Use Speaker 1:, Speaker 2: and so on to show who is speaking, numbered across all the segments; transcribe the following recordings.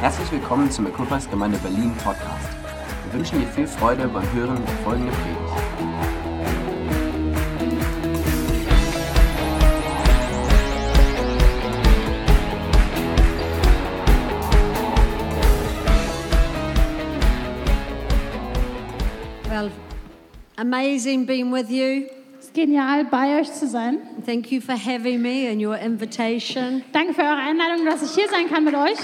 Speaker 1: Herzlich willkommen zum Equipers Gemeinde Berlin Podcast. Wir wünschen dir viel Freude beim Hören der folgenden Predigt.
Speaker 2: Well, amazing being with you.
Speaker 3: Es ist genial, bei euch zu sein.
Speaker 2: Thank you for having me and your invitation.
Speaker 3: Danke für eure Einladung, dass ich hier sein kann mit euch.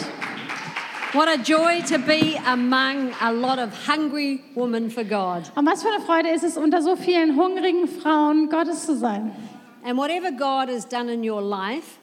Speaker 2: What a joy to be among a lot of hungry women for God.
Speaker 3: Und was für eine Freude ist es, unter so vielen hungrigen Frauen Gottes zu sein.
Speaker 2: And whatever God has done in your life,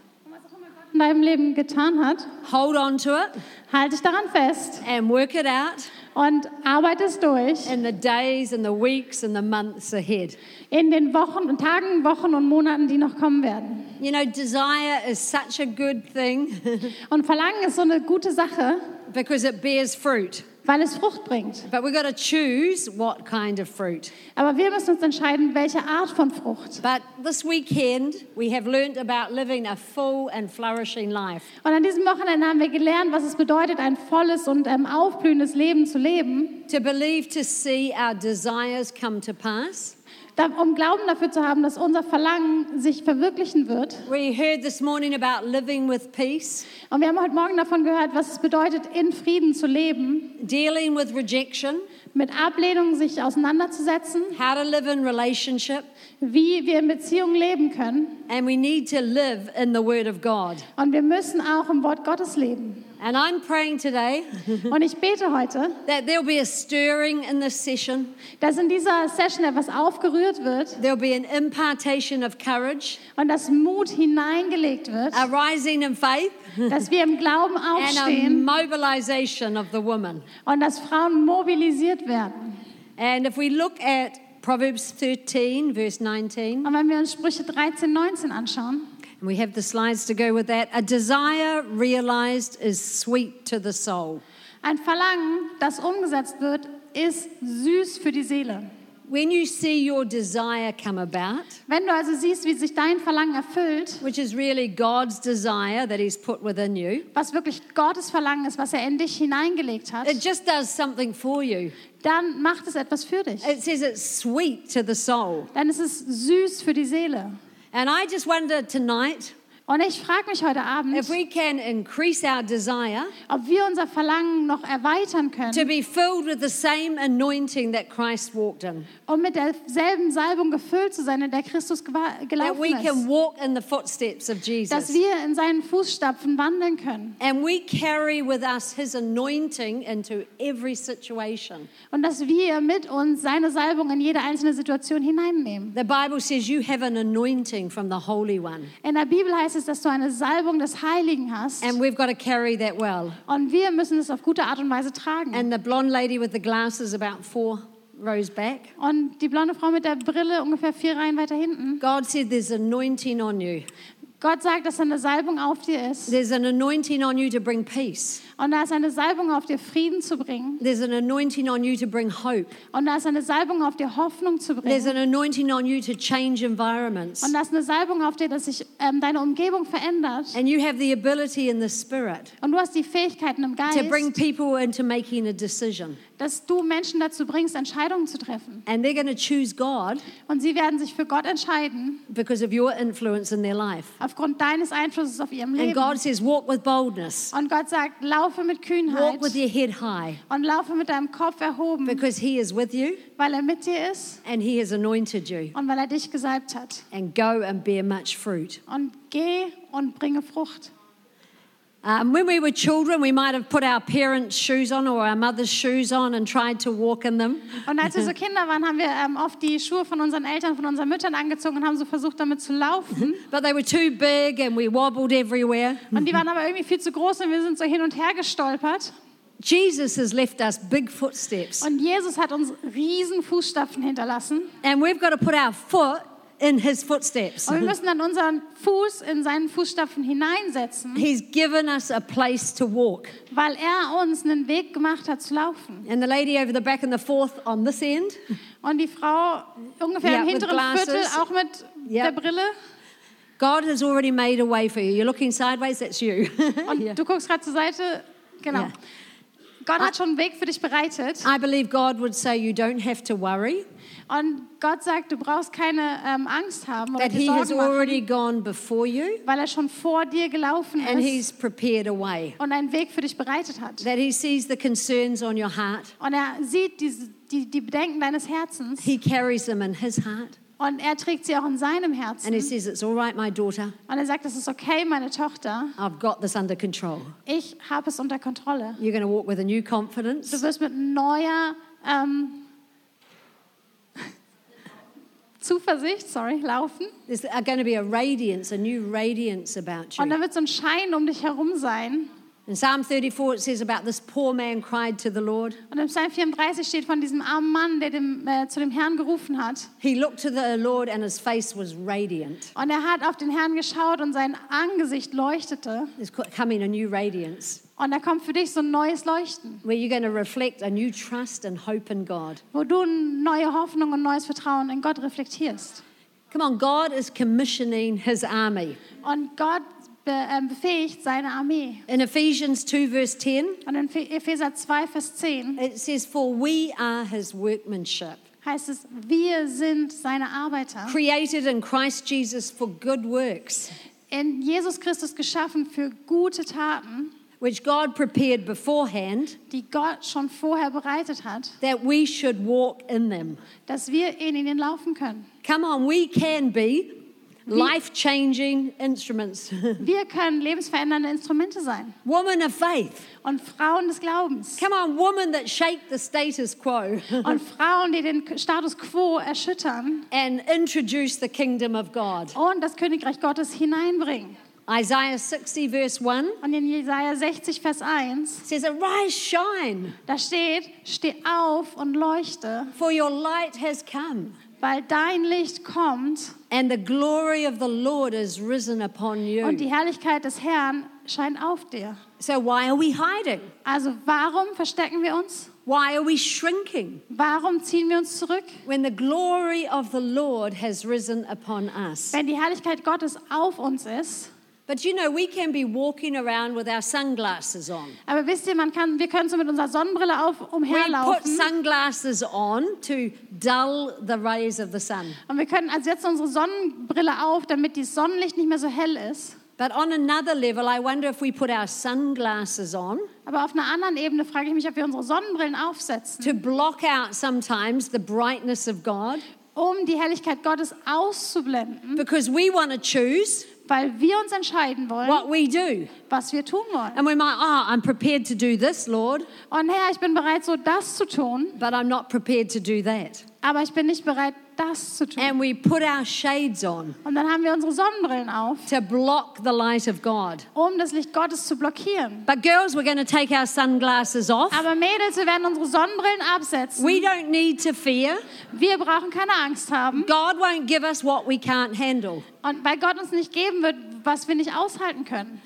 Speaker 3: In deinem Leben getan hat,
Speaker 2: hold on to it
Speaker 3: halte dich daran fest
Speaker 2: and work it out
Speaker 3: und arbeite es durch
Speaker 2: in the days and the weeks and the months ahead.
Speaker 3: in den Wochen und Tagen, Wochen und Monaten, die noch kommen werden.
Speaker 2: You know, desire is such a good thing
Speaker 3: Und Verlangen ist so eine gute Sache,
Speaker 2: because it bears fruit.
Speaker 3: weil es Frucht bringt.
Speaker 2: But we've got to choose what kind of fruit.
Speaker 3: Aber wir müssen uns entscheiden, welche Art von Frucht.
Speaker 2: But this weekend, we have learnt about living a full and flourishing life.
Speaker 3: Und an diesem Wochenende haben wir gelernt, was es bedeutet, ein volles und ähm, aufblühendes Leben zu leben.
Speaker 2: To believe to see our desires come to pass.
Speaker 3: Da- um Glauben dafür zu haben, dass unser Verlangen sich verwirklichen wird.
Speaker 2: We heard this morning about living with peace,
Speaker 3: Und wir haben heute Morgen davon gehört, was es bedeutet, in Frieden zu leben,
Speaker 2: dealing with rejection,
Speaker 3: mit Ablehnung sich auseinanderzusetzen,
Speaker 2: how to live in relationship,
Speaker 3: wie wir in Beziehung leben können.
Speaker 2: and we need to live in the Word of God.
Speaker 3: Und wir müssen auch im Wort Gottes leben.
Speaker 2: And I'm praying today
Speaker 3: Und ich bete heute,
Speaker 2: that there'll be a stirring in this session,
Speaker 3: dass in dieser Session etwas aufgerührt wird
Speaker 2: there'll be an impartation of courage,
Speaker 3: und dass Mut hineingelegt wird,
Speaker 2: a rising in faith,
Speaker 3: dass wir im Glauben
Speaker 2: and a
Speaker 3: aufstehen
Speaker 2: mobilization of the woman.
Speaker 3: und dass Frauen mobilisiert werden.
Speaker 2: And if we look at Proverbs 13, verse 19,
Speaker 3: Und wenn wir uns Sprüche 13, 19 anschauen,
Speaker 2: and we have the slides to go with that, a desire realized is sweet to the soul.
Speaker 3: Ein Verlangen, das umgesetzt wird, ist süß für die Seele.
Speaker 2: When you see your desire come about,
Speaker 3: Wenn du also siehst, wie sich dein Verlangen erfüllt,
Speaker 2: which is really God's desire that He's put within you,
Speaker 3: was wirklich Gottes Verlangen ist, was er in dich hineingelegt hat,
Speaker 2: it just does something for you.
Speaker 3: dann macht es etwas für dich.
Speaker 2: It says it's sweet to the soul.
Speaker 3: Dann ist es süß für die Seele.
Speaker 2: And I just wonder tonight
Speaker 3: Und ich frage mich heute Abend,
Speaker 2: if Äh, we can increase our desire
Speaker 3: ob wir unser Verlangen noch erweitern können,
Speaker 2: to be filled with the same anointing that Christ walked in.
Speaker 3: um mit derselben Salbung gefüllt zu sein, in der Christus gewa-
Speaker 2: that
Speaker 3: gelaufen
Speaker 2: we can
Speaker 3: ist.
Speaker 2: walk in the footsteps of
Speaker 3: Dass
Speaker 2: Jesus.
Speaker 3: wir in seinen Fußstapfen wandeln können.
Speaker 2: And we carry with us his anointing into every situation.
Speaker 3: Und dass wir mit uns seine Salbung in jede einzelne Situation hineinnehmen.
Speaker 2: The Bible says you have an anointing from the Holy One,
Speaker 3: In der Bibel heißt es, dass du eine Salbung des Heiligen hast.
Speaker 2: and we've got to carry that well.
Speaker 3: Und wir müssen es auf gute Art und Weise tragen.
Speaker 2: And the blonde lady with the glasses about four rows back,
Speaker 3: Und die blonde Frau mit der Brille ungefähr vier Reihen weiter hinten.
Speaker 2: God said there's anointing on you.
Speaker 3: Gott sagt, dass eine Salbung auf dir ist.
Speaker 2: There's an anointing on you to bring peace.
Speaker 3: Und da ist eine Salbung auf dir, Frieden zu bringen.
Speaker 2: There's an anointing on you to bring hope.
Speaker 3: Und da ist eine Salbung auf dir, Hoffnung zu
Speaker 2: There's
Speaker 3: bringen.
Speaker 2: an anointing on you to change environments.
Speaker 3: Und da ist eine Salbung auf dir, dass sich ähm, deine Umgebung verändert.
Speaker 2: And you have the ability in the spirit
Speaker 3: Und du hast die Fähigkeiten im
Speaker 2: to bring
Speaker 3: Geist,
Speaker 2: people into making a decision.
Speaker 3: dass du Menschen dazu bringst, Entscheidungen zu treffen.
Speaker 2: And they're going to choose God
Speaker 3: Und sie werden sich für Gott entscheiden,
Speaker 2: because of your influence in their life.
Speaker 3: aufgrund deines Einflusses auf ihrem
Speaker 2: And
Speaker 3: Leben.
Speaker 2: God says, walk with boldness,
Speaker 3: Und Gott sagt, laufe mit Kühnheit
Speaker 2: walk with your head high
Speaker 3: und laufe mit deinem Kopf erhoben,
Speaker 2: because He is with you
Speaker 3: weil er mit dir ist
Speaker 2: and He has anointed you.
Speaker 3: und weil er dich gesalbt hat.
Speaker 2: And go and bear much fruit.
Speaker 3: Und geh und bringe Frucht.
Speaker 2: Um, when we were children, we might have put our parents' shoes on or our mother's shoes on and tried to walk in them.
Speaker 3: Und als wir so Kinder waren, haben wir ähm, oft die Schuhe von unseren Eltern, von unseren Müttern angezogen und haben so versucht, damit zu laufen.
Speaker 2: But they were too big and we wobbled everywhere.
Speaker 3: Und die waren aber irgendwie viel zu groß und wir sind so hin und her gestolpert.
Speaker 2: Jesus has left us big footsteps.
Speaker 3: Und Jesus hat uns riesen Fußstapfen hinterlassen.
Speaker 2: And we've got to put our foot in His footsteps.
Speaker 3: Und wir müssen dann unseren Fuß in seinen Fußstapfen hineinsetzen,
Speaker 2: He's given us a place to walk.
Speaker 3: weil er uns einen Weg gemacht hat zu laufen.
Speaker 2: And the lady over the back in the fourth on this end,
Speaker 3: Und die Frau ungefähr
Speaker 2: Ja,
Speaker 3: im
Speaker 2: with
Speaker 3: hinteren
Speaker 2: glasses.
Speaker 3: Viertel, auch mit
Speaker 2: Ja.
Speaker 3: der Brille.
Speaker 2: God has already made a way for you. You're looking sideways, that's you.
Speaker 3: Und du guckst gerade zur Seite. Genau.
Speaker 2: Ja. Ah.
Speaker 3: Gott hat schon einen Weg für dich bereitet.
Speaker 2: I believe God would say you don't have to worry,
Speaker 3: Und Gott sagt, du brauchst keine ähm, Angst haben oder
Speaker 2: Ah. that
Speaker 3: dir
Speaker 2: He has
Speaker 3: Sorgen machen,
Speaker 2: already gone before you
Speaker 3: weil er schon vor dir gelaufen
Speaker 2: and
Speaker 3: ist
Speaker 2: He's prepared a way,
Speaker 3: und einen Weg für dich bereitet hat.
Speaker 2: that He sees the concerns on your heart.
Speaker 3: Und er sieht diese, die, die Bedenken deines Herzens
Speaker 2: He carries them in His heart
Speaker 3: und er trägt sie auch in seinem
Speaker 2: and He
Speaker 3: Herzen.
Speaker 2: says, It's all right, my daughter,
Speaker 3: Und er sagt, das ist okay, meine Tochter,
Speaker 2: I've got this under control.
Speaker 3: ich habe es unter Kontrolle.
Speaker 2: You're going to walk with a new confidence.
Speaker 3: Du wirst mit neuer ähm, Zuversicht, sorry, laufen.
Speaker 2: There's going to be a radiance, a new radiance about
Speaker 3: Und
Speaker 2: you.
Speaker 3: da wird so ein Schein um dich herum sein.
Speaker 2: In Psalm 34, it says about this poor man cried to the Lord.
Speaker 3: Und im Psalm 34 steht von diesem armen Mann, der dem, äh, zu dem Herrn gerufen hat.
Speaker 2: He looked to the Lord and his face was radiant.
Speaker 3: Und er hat auf den Herrn geschaut und sein Angesicht leuchtete.
Speaker 2: There's co- coming a new radiance
Speaker 3: Und da kommt für dich so ein neues Leuchten,
Speaker 2: where you're going to reflect a new trust and hope in God.
Speaker 3: wo du neue Hoffnung und neues Vertrauen in Gott reflektierst.
Speaker 2: Come on, God is commissioning his army.
Speaker 3: Und Gott be ähm, befähigt seine Armee.
Speaker 2: In Ephesians 2, verse 10,
Speaker 3: Und in Eph- Epheser 2, Vers 10
Speaker 2: it says, For we are his workmanship,
Speaker 3: heißt es, wir sind seine Arbeiter.
Speaker 2: created in Christ Jesus for good works,
Speaker 3: In Jesus Christus geschaffen für gute Taten,
Speaker 2: which God prepared beforehand
Speaker 3: die Gott schon vorher bereitet hat,
Speaker 2: that we should walk in them.
Speaker 3: dass wir in ihnen laufen können.
Speaker 2: Come on, we can be life changing instruments.
Speaker 3: Wir können lebensverändernde Instrumente sein
Speaker 2: woman of faith.
Speaker 3: und Frauen des Glaubens
Speaker 2: Come on, woman that shake the status quo
Speaker 3: und Frauen, die den Status quo erschüttern
Speaker 2: and introduce the kingdom of God.
Speaker 3: und das Königreich Gottes hineinbringen.
Speaker 2: Isaiah 60, verse 1
Speaker 3: Und in Jesaja 60, Vers 1,
Speaker 2: says, Arise, shine,
Speaker 3: da steht, steh auf und leuchte,
Speaker 2: for your light has come,
Speaker 3: weil dein Licht kommt
Speaker 2: and the glory of the Lord is risen upon
Speaker 3: und die
Speaker 2: you.
Speaker 3: Herrlichkeit des Herrn scheint auf dir.
Speaker 2: So, why are we hiding?
Speaker 3: Also warum verstecken wir uns?
Speaker 2: Why are we shrinking
Speaker 3: Warum ziehen wir uns zurück,
Speaker 2: when the glory of the Lord has risen upon us?
Speaker 3: wenn die Herrlichkeit Gottes auf uns ist?
Speaker 2: But you know, we can be walking around with our sunglasses on.
Speaker 3: Aber wisst ihr, man kann, wir können so mit unserer Sonnenbrille auf
Speaker 2: We put
Speaker 3: umherlaufen.
Speaker 2: sunglasses on to dull the rays of the sun.
Speaker 3: Und wir können also jetzt unsere Sonnenbrille auf, damit das Sonnenlicht nicht mehr so hell ist.
Speaker 2: But on another level, I wonder if we put our sunglasses on
Speaker 3: Aber auf einer anderen Ebene frage ich mich, ob wir unsere Sonnenbrillen aufsetzen,
Speaker 2: to block out sometimes the brightness of God
Speaker 3: um die Herrlichkeit Gottes auszublenden,
Speaker 2: because we want to choose
Speaker 3: weil wir uns entscheiden wollen,
Speaker 2: what we do.
Speaker 3: was wir tun wollen.
Speaker 2: And we might, oh, I'm prepared to do this, Lord,
Speaker 3: Und Herr, ich bin bereit, so das zu tun,
Speaker 2: but I'm not prepared to do that.
Speaker 3: aber ich bin nicht bereit, das zu tun.
Speaker 2: And we put our shades on
Speaker 3: Und dann haben wir unsere Sonnenbrillen auf,
Speaker 2: to block the light of God.
Speaker 3: um das Licht Gottes zu blockieren.
Speaker 2: But girls, we're going to take our sunglasses off.
Speaker 3: Aber Mädels, wir werden unsere Sonnenbrillen absetzen.
Speaker 2: We don't need to fear.
Speaker 3: Wir brauchen keine Angst haben.
Speaker 2: God won't give us what we can't handle.
Speaker 3: Und weil Gott uns nicht geben wird, was wir nicht aushalten können.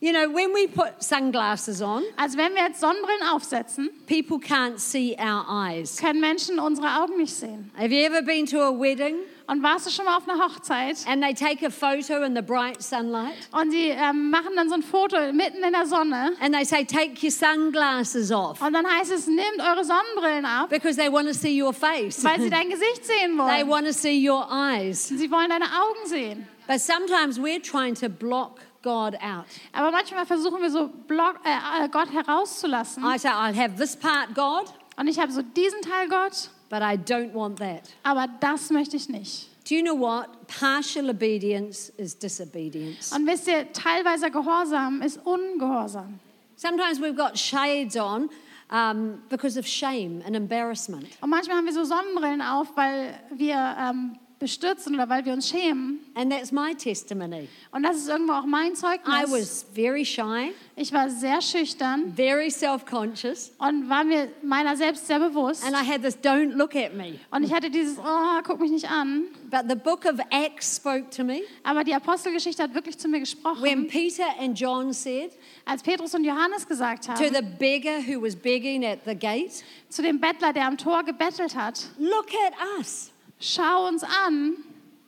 Speaker 2: You know, when we put sunglasses on,
Speaker 3: Also wenn wir jetzt Sonnenbrillen aufsetzen,
Speaker 2: people can't see our eyes.
Speaker 3: können Menschen unsere Augen nicht sehen.
Speaker 2: Have you ever been to a wedding
Speaker 3: Und warst du schon mal auf einer Hochzeit?
Speaker 2: and they take a photo in the bright sunlight
Speaker 3: Und sie ähm, machen dann so ein Foto mitten in der Sonne.
Speaker 2: and they say, Take your sunglasses off
Speaker 3: Und dann heißt es, nehmt eure Sonnenbrillen ab,
Speaker 2: because they want to see your face,
Speaker 3: weil sie dein Gesicht sehen
Speaker 2: they
Speaker 3: wollen.
Speaker 2: want to see your eyes.
Speaker 3: Sie wollen deine Augen sehen.
Speaker 2: But sometimes we're trying to block God out.
Speaker 3: Aber manchmal versuchen wir so Block, äh, äh, Gott herauszulassen.
Speaker 2: I say, I'll have this part, God,
Speaker 3: Und ich habe so diesen Teil Gott,
Speaker 2: but I don't want that.
Speaker 3: aber das möchte ich nicht.
Speaker 2: Do you know what? Partial obedience is disobedience.
Speaker 3: Und wisst ihr, teilweise Gehorsam ist Ungehorsam.
Speaker 2: Sometimes we've got shades on um, because of shame and embarrassment.
Speaker 3: Und manchmal haben wir so Sonnenbrillen auf, weil wir ähm, bestürzen oder weil wir uns schämen.
Speaker 2: And that's my testimony.
Speaker 3: Und das ist irgendwo auch mein
Speaker 2: I
Speaker 3: Zeugnis.
Speaker 2: was very shy,
Speaker 3: Ich war sehr schüchtern
Speaker 2: very self conscious,
Speaker 3: und war mir meiner selbst sehr bewusst.
Speaker 2: and I had this don't look at me.
Speaker 3: Und ich hatte dieses, oh, guck mich nicht an.
Speaker 2: But the book of Acts spoke to me
Speaker 3: Aber die Apostelgeschichte hat wirklich zu mir
Speaker 2: when
Speaker 3: gesprochen,
Speaker 2: Peter and John said
Speaker 3: als Petrus und Johannes gesagt
Speaker 2: to
Speaker 3: haben,
Speaker 2: the beggar who was begging at the gate,
Speaker 3: zu dem Bettler, der am Tor gebettelt hat,
Speaker 2: Look at us.
Speaker 3: schau uns an.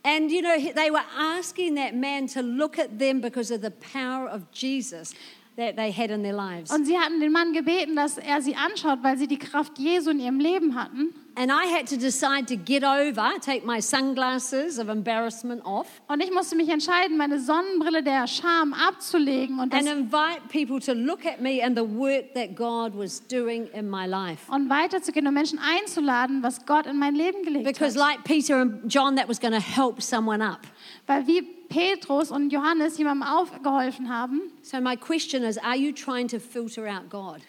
Speaker 2: And you know, he- they were asking that man to look at them because of the power of Jesus that they had in their lives.
Speaker 3: Und sie hatten den Mann gebeten, dass er sie anschaut, weil sie die Kraft Jesu in ihrem Leben hatten.
Speaker 2: And I had to decide to get over, take my sunglasses of embarrassment off,
Speaker 3: Und ich musste mich entscheiden, meine Sonnenbrille der Scham abzulegen und, das,
Speaker 2: and invite people to look at me and the work that God was doing in my life.
Speaker 3: und weiterzugehen und Menschen einzuladen, was Gott in mein Leben gelegt
Speaker 2: Because,
Speaker 3: hat.
Speaker 2: like Peter and John, that was going to help someone up.
Speaker 3: Weil wie Petrus und Johannes jemandem aufgeholfen haben,
Speaker 2: So, my question is are you trying to filter out God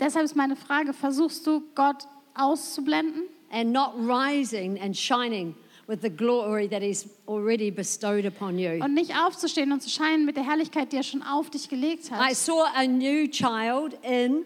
Speaker 3: deshalb ist meine Frage, versuchst du Gott auszublenden
Speaker 2: and not rising and shining with the glory that He's already bestowed upon you?
Speaker 3: und nicht aufzustehen und zu scheinen mit der Herrlichkeit, die er schon auf dich gelegt
Speaker 2: I
Speaker 3: hat?
Speaker 2: saw a new child in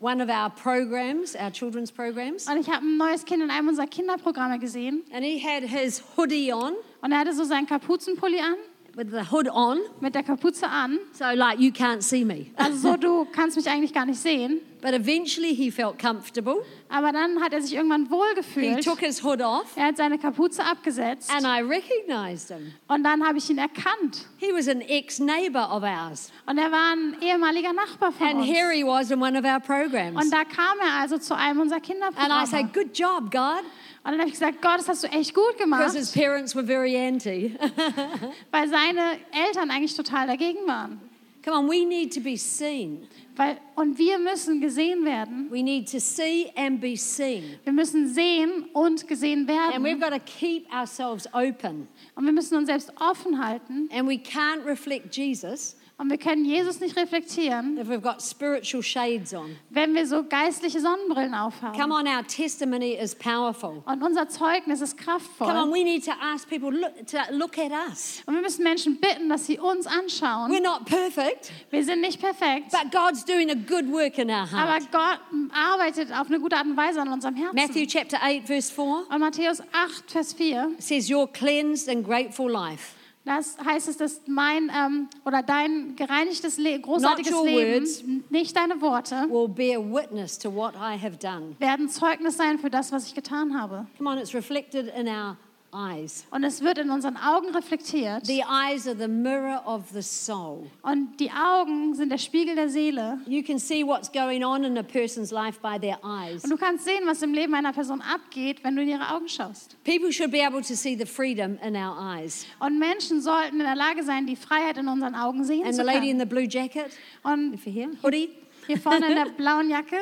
Speaker 2: one of our programs, our children's programs,
Speaker 3: Und ich habe ein neues Kind in einem unserer Kinderprogramme gesehen
Speaker 2: and he had his hoodie on,
Speaker 3: und er hatte so seinen Kapuzenpulli an,
Speaker 2: with the hood on,
Speaker 3: mit der Kapuze an.
Speaker 2: so like you can't see me.
Speaker 3: Also so, du kannst mich eigentlich gar nicht sehen.
Speaker 2: But eventually he felt comfortable.
Speaker 3: Aber dann hat er sich irgendwann
Speaker 2: He
Speaker 3: wohlgefühlt.
Speaker 2: took his hood off,
Speaker 3: Er hat seine Kapuze abgesetzt
Speaker 2: and I recognized him.
Speaker 3: und dann habe ich ihn erkannt.
Speaker 2: He was an ex neighbor of ours,
Speaker 3: Und er war ein ehemaliger Nachbar von
Speaker 2: and
Speaker 3: uns.
Speaker 2: here he was in one of our programs.
Speaker 3: Und da kam er also zu einem unserer
Speaker 2: And I said,
Speaker 3: Kinderprogramme.
Speaker 2: Good job, God.
Speaker 3: Und dann habe ich gesagt, Gott, das hast du echt gut
Speaker 2: Because
Speaker 3: gemacht,
Speaker 2: his parents were very anti.
Speaker 3: weil seine Eltern eigentlich total dagegen waren.
Speaker 2: Come on, we need to be seen.
Speaker 3: Weil, und wir müssen gesehen werden.
Speaker 2: We need to see and be seen.
Speaker 3: Wir müssen sehen und gesehen
Speaker 2: And we've
Speaker 3: werden.
Speaker 2: got to keep ourselves open.
Speaker 3: Und wir müssen uns selbst offen halten.
Speaker 2: And we can't reflect Jesus
Speaker 3: Und wir können Jesus nicht reflektieren,
Speaker 2: if we've got spiritual shades on.
Speaker 3: wenn wir so geistliche Sonnenbrillen
Speaker 2: Come
Speaker 3: aufhaben.
Speaker 2: on, our testimony is powerful.
Speaker 3: Und unser Zeugnis ist
Speaker 2: Come on,
Speaker 3: kraftvoll.
Speaker 2: we need to ask people look, to look at us.
Speaker 3: Und wir müssen Menschen bitten, dass sie uns anschauen.
Speaker 2: We're not perfect,
Speaker 3: Wir sind nicht perfekt,
Speaker 2: but God's doing a good work in our
Speaker 3: aber
Speaker 2: heart.
Speaker 3: Gott arbeitet auf eine gute Art und Weise an unserem Herzen.
Speaker 2: Matthew chapter 8, verse 4
Speaker 3: Und Matthäus 8, Vers 4.
Speaker 2: says, Your cleansed and grateful life.
Speaker 3: Das heißt es, dass mein ähm, oder dein gereinigtes, Le großartiges
Speaker 2: your
Speaker 3: Leben,
Speaker 2: words.
Speaker 3: nicht deine Worte,
Speaker 2: will bear witness to what I have done.
Speaker 3: werden Zeugnis sein für das, was ich getan habe.
Speaker 2: Come on, it's reflected in our eyes.
Speaker 3: Und es wird in unseren Augen reflektiert.
Speaker 2: The eyes are the mirror of the soul.
Speaker 3: Und die Augen sind der Spiegel der Seele.
Speaker 2: You can see what's going on in a person's life by their eyes.
Speaker 3: Und du kannst sehen, was im Leben einer Person abgeht, wenn du in ihre Augen schaust.
Speaker 2: People should be able to see the freedom in our eyes.
Speaker 3: Und Menschen sollten in der Lage sein, die Freiheit in unseren Augen sehen
Speaker 2: And
Speaker 3: zu
Speaker 2: the lady in
Speaker 3: können.
Speaker 2: the blue jacket,
Speaker 3: Und
Speaker 2: if you hear, hoodie.
Speaker 3: hier vorne in der blauen Jacke,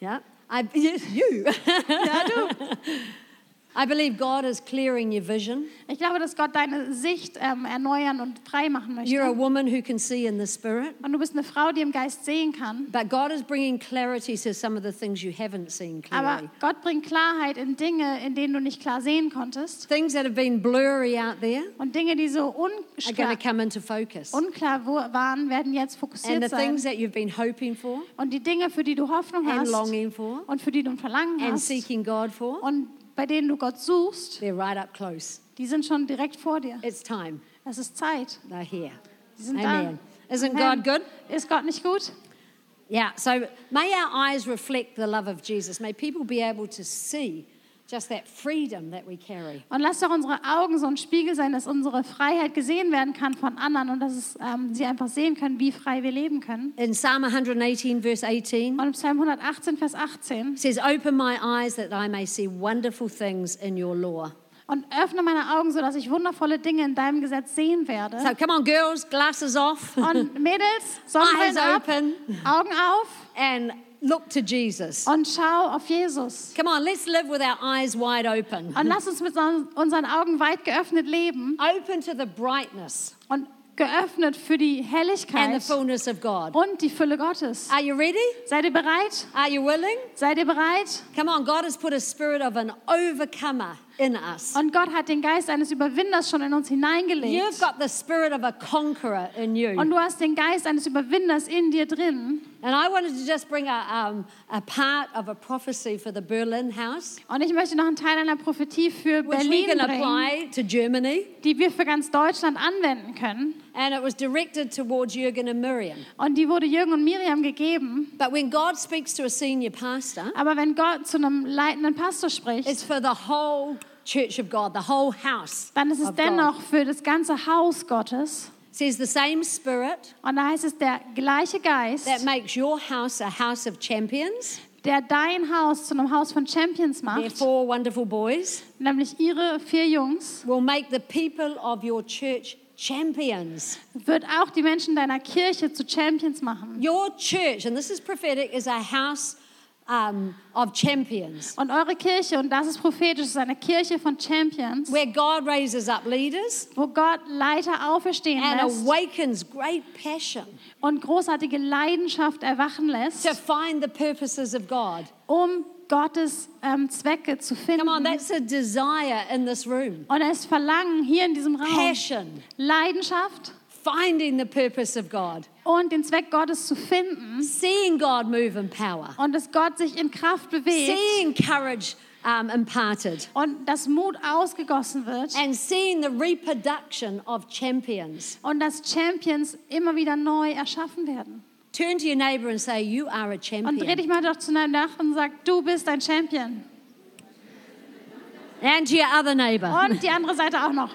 Speaker 2: Yeah. I, yes, you. I believe God is clearing your vision.
Speaker 3: ich glaube, dass Gott deine Sicht ähm, erneuern und frei machen
Speaker 2: You're a
Speaker 3: möchte.
Speaker 2: woman who can see in the spirit,
Speaker 3: Und du bist eine Frau, die im Geist sehen kann.
Speaker 2: but God is bringing clarity to some of the things you haven't seen clearly.
Speaker 3: Aber Gott bringt Klarheit in Dinge, in denen du nicht klar sehen konntest.
Speaker 2: Things that have been blurry out there
Speaker 3: Und Dinge, die so
Speaker 2: are going to
Speaker 3: unklar,
Speaker 2: come into focus.
Speaker 3: unklar wo- waren, werden
Speaker 2: And
Speaker 3: jetzt
Speaker 2: the
Speaker 3: fokussiert sein.
Speaker 2: things that you've been hoping for
Speaker 3: Und die Dinge, für die du Hoffnung
Speaker 2: and
Speaker 3: hast
Speaker 2: longing for
Speaker 3: und für die du ein Verlangen
Speaker 2: and
Speaker 3: hast
Speaker 2: seeking God for,
Speaker 3: und bei denen du Gott suchst,
Speaker 2: they're right up close.
Speaker 3: die sind schon direkt vor dir.
Speaker 2: It's time.
Speaker 3: Es ist Zeit.
Speaker 2: They're here.
Speaker 3: Die sind
Speaker 2: Amen. Isn't
Speaker 3: da.
Speaker 2: God good?
Speaker 3: Ist Gott nicht gut?
Speaker 2: Yeah. So may our eyes reflect the love of Jesus. May people be able to see just that freedom that we carry.
Speaker 3: Und lass doch unsere Augen so ein Spiegel sein, dass unsere Freiheit gesehen werden kann von anderen und dass es, ähm, sie einfach sehen können, wie frei wir leben können.
Speaker 2: In Psalm 118, verse 18,
Speaker 3: Und im Psalm 118, Vers 18
Speaker 2: it says, Open my eyes that I may see wonderful things in your law.
Speaker 3: und öffne meine Augen, sodass ich wundervolle Dinge in deinem Gesetz sehen werde.
Speaker 2: So come on, girls, glasses off.
Speaker 3: Und Mädels,
Speaker 2: Eyes
Speaker 3: Sonnenbrillen ab,
Speaker 2: open.
Speaker 3: Augen auf
Speaker 2: and look to Jesus.
Speaker 3: und schau auf Jesus.
Speaker 2: Come on, let's live with our eyes wide open.
Speaker 3: Und lass uns mit so- unseren Augen weit geöffnet leben
Speaker 2: Open to the brightness
Speaker 3: und geöffnet für die
Speaker 2: and the
Speaker 3: Helligkeit
Speaker 2: fullness of God.
Speaker 3: und die Fülle Gottes.
Speaker 2: Are you ready?
Speaker 3: Seid ihr bereit?
Speaker 2: Are you willing?
Speaker 3: Seid ihr bereit?
Speaker 2: Come on, God has put a spirit of an overcomer in us.
Speaker 3: Und Gott hat den Geist eines Überwinders schon in uns
Speaker 2: You've
Speaker 3: hineingelegt.
Speaker 2: got the spirit of a conqueror in you.
Speaker 3: Und du hast den Geist eines Überwinders in dir drin.
Speaker 2: And I wanted to just bring a, um, a part of a prophecy for the Berlin house,
Speaker 3: Und ich möchte noch einen Teil einer Prophetie für
Speaker 2: which we
Speaker 3: Berlin
Speaker 2: can
Speaker 3: bringen,
Speaker 2: apply to Germany.
Speaker 3: die wir für ganz Deutschland anwenden können.
Speaker 2: And it was directed towards Jürgen and Miriam.
Speaker 3: Und die wurde Jürgen und Miriam gegeben.
Speaker 2: But when God speaks to a senior pastor,
Speaker 3: Aber wenn Gott zu einem leitenden Pastor
Speaker 2: It's
Speaker 3: spricht,
Speaker 2: for the whole church of God, the whole house.
Speaker 3: dann ist es
Speaker 2: of God.
Speaker 3: dennoch für das ganze Haus Gottes.
Speaker 2: says the same spirit
Speaker 3: Und da heißt es, der gleiche Geist,
Speaker 2: that makes your house a house of champions,
Speaker 3: der dein Haus zu einem Haus von Champions
Speaker 2: their
Speaker 3: macht,
Speaker 2: four wonderful boys,
Speaker 3: nämlich ihre vier Jungs,
Speaker 2: will make the people of your church champions.
Speaker 3: wird auch die Menschen deiner Kirche zu Champions machen.
Speaker 2: Your church, and this is prophetic, is a house um, of champions
Speaker 3: Und eure Kirche, und das ist prophetisch, ist eine Kirche von Champions,
Speaker 2: where God raises up leaders
Speaker 3: wo Gott Leiter auferstehen
Speaker 2: and
Speaker 3: lässt
Speaker 2: awakens great passion
Speaker 3: und großartige Leidenschaft erwachen
Speaker 2: to
Speaker 3: lässt,
Speaker 2: find the purposes of God.
Speaker 3: um Gottes ähm, Zwecke zu
Speaker 2: Come
Speaker 3: finden.
Speaker 2: on, that's a desire in this room.
Speaker 3: Und es Verlangen hier in diesem Raum,
Speaker 2: Passion,
Speaker 3: Leidenschaft
Speaker 2: finding the purpose of God,
Speaker 3: und den Zweck Gottes zu finden
Speaker 2: seeing God move in power,
Speaker 3: und dass Gott sich in Kraft bewegt
Speaker 2: seeing courage um, imparted,
Speaker 3: und dass Mut ausgegossen wird
Speaker 2: and seeing the reproduction of champions.
Speaker 3: und dass Champions immer wieder neu erschaffen werden.
Speaker 2: Turn to your neighbor and say, You are a
Speaker 3: Und dreh
Speaker 2: champion.
Speaker 3: dich mal doch zu deinem Nachbarn und sag, du bist ein Champion.
Speaker 2: And to your other neighbor.
Speaker 3: Und die andere Seite auch noch.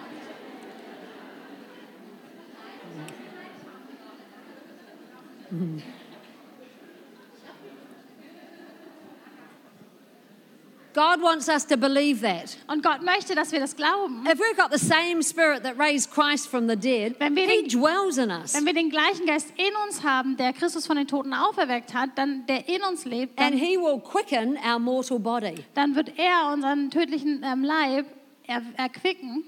Speaker 2: God wants us to believe that.
Speaker 3: Und Gott möchte, dass wir das glauben.
Speaker 2: If we've got the same spirit that raised Christ from the dead,
Speaker 3: Wenn wir
Speaker 2: He
Speaker 3: den-
Speaker 2: dwells in us.
Speaker 3: Wenn wir den gleichen Geist in uns haben, der Christus von den Toten auferweckt hat, dann der in uns lebt,
Speaker 2: And
Speaker 3: dann,
Speaker 2: He will quicken our mortal body.
Speaker 3: dann wird er unseren tödlichen ähm, Leib er, erquicken.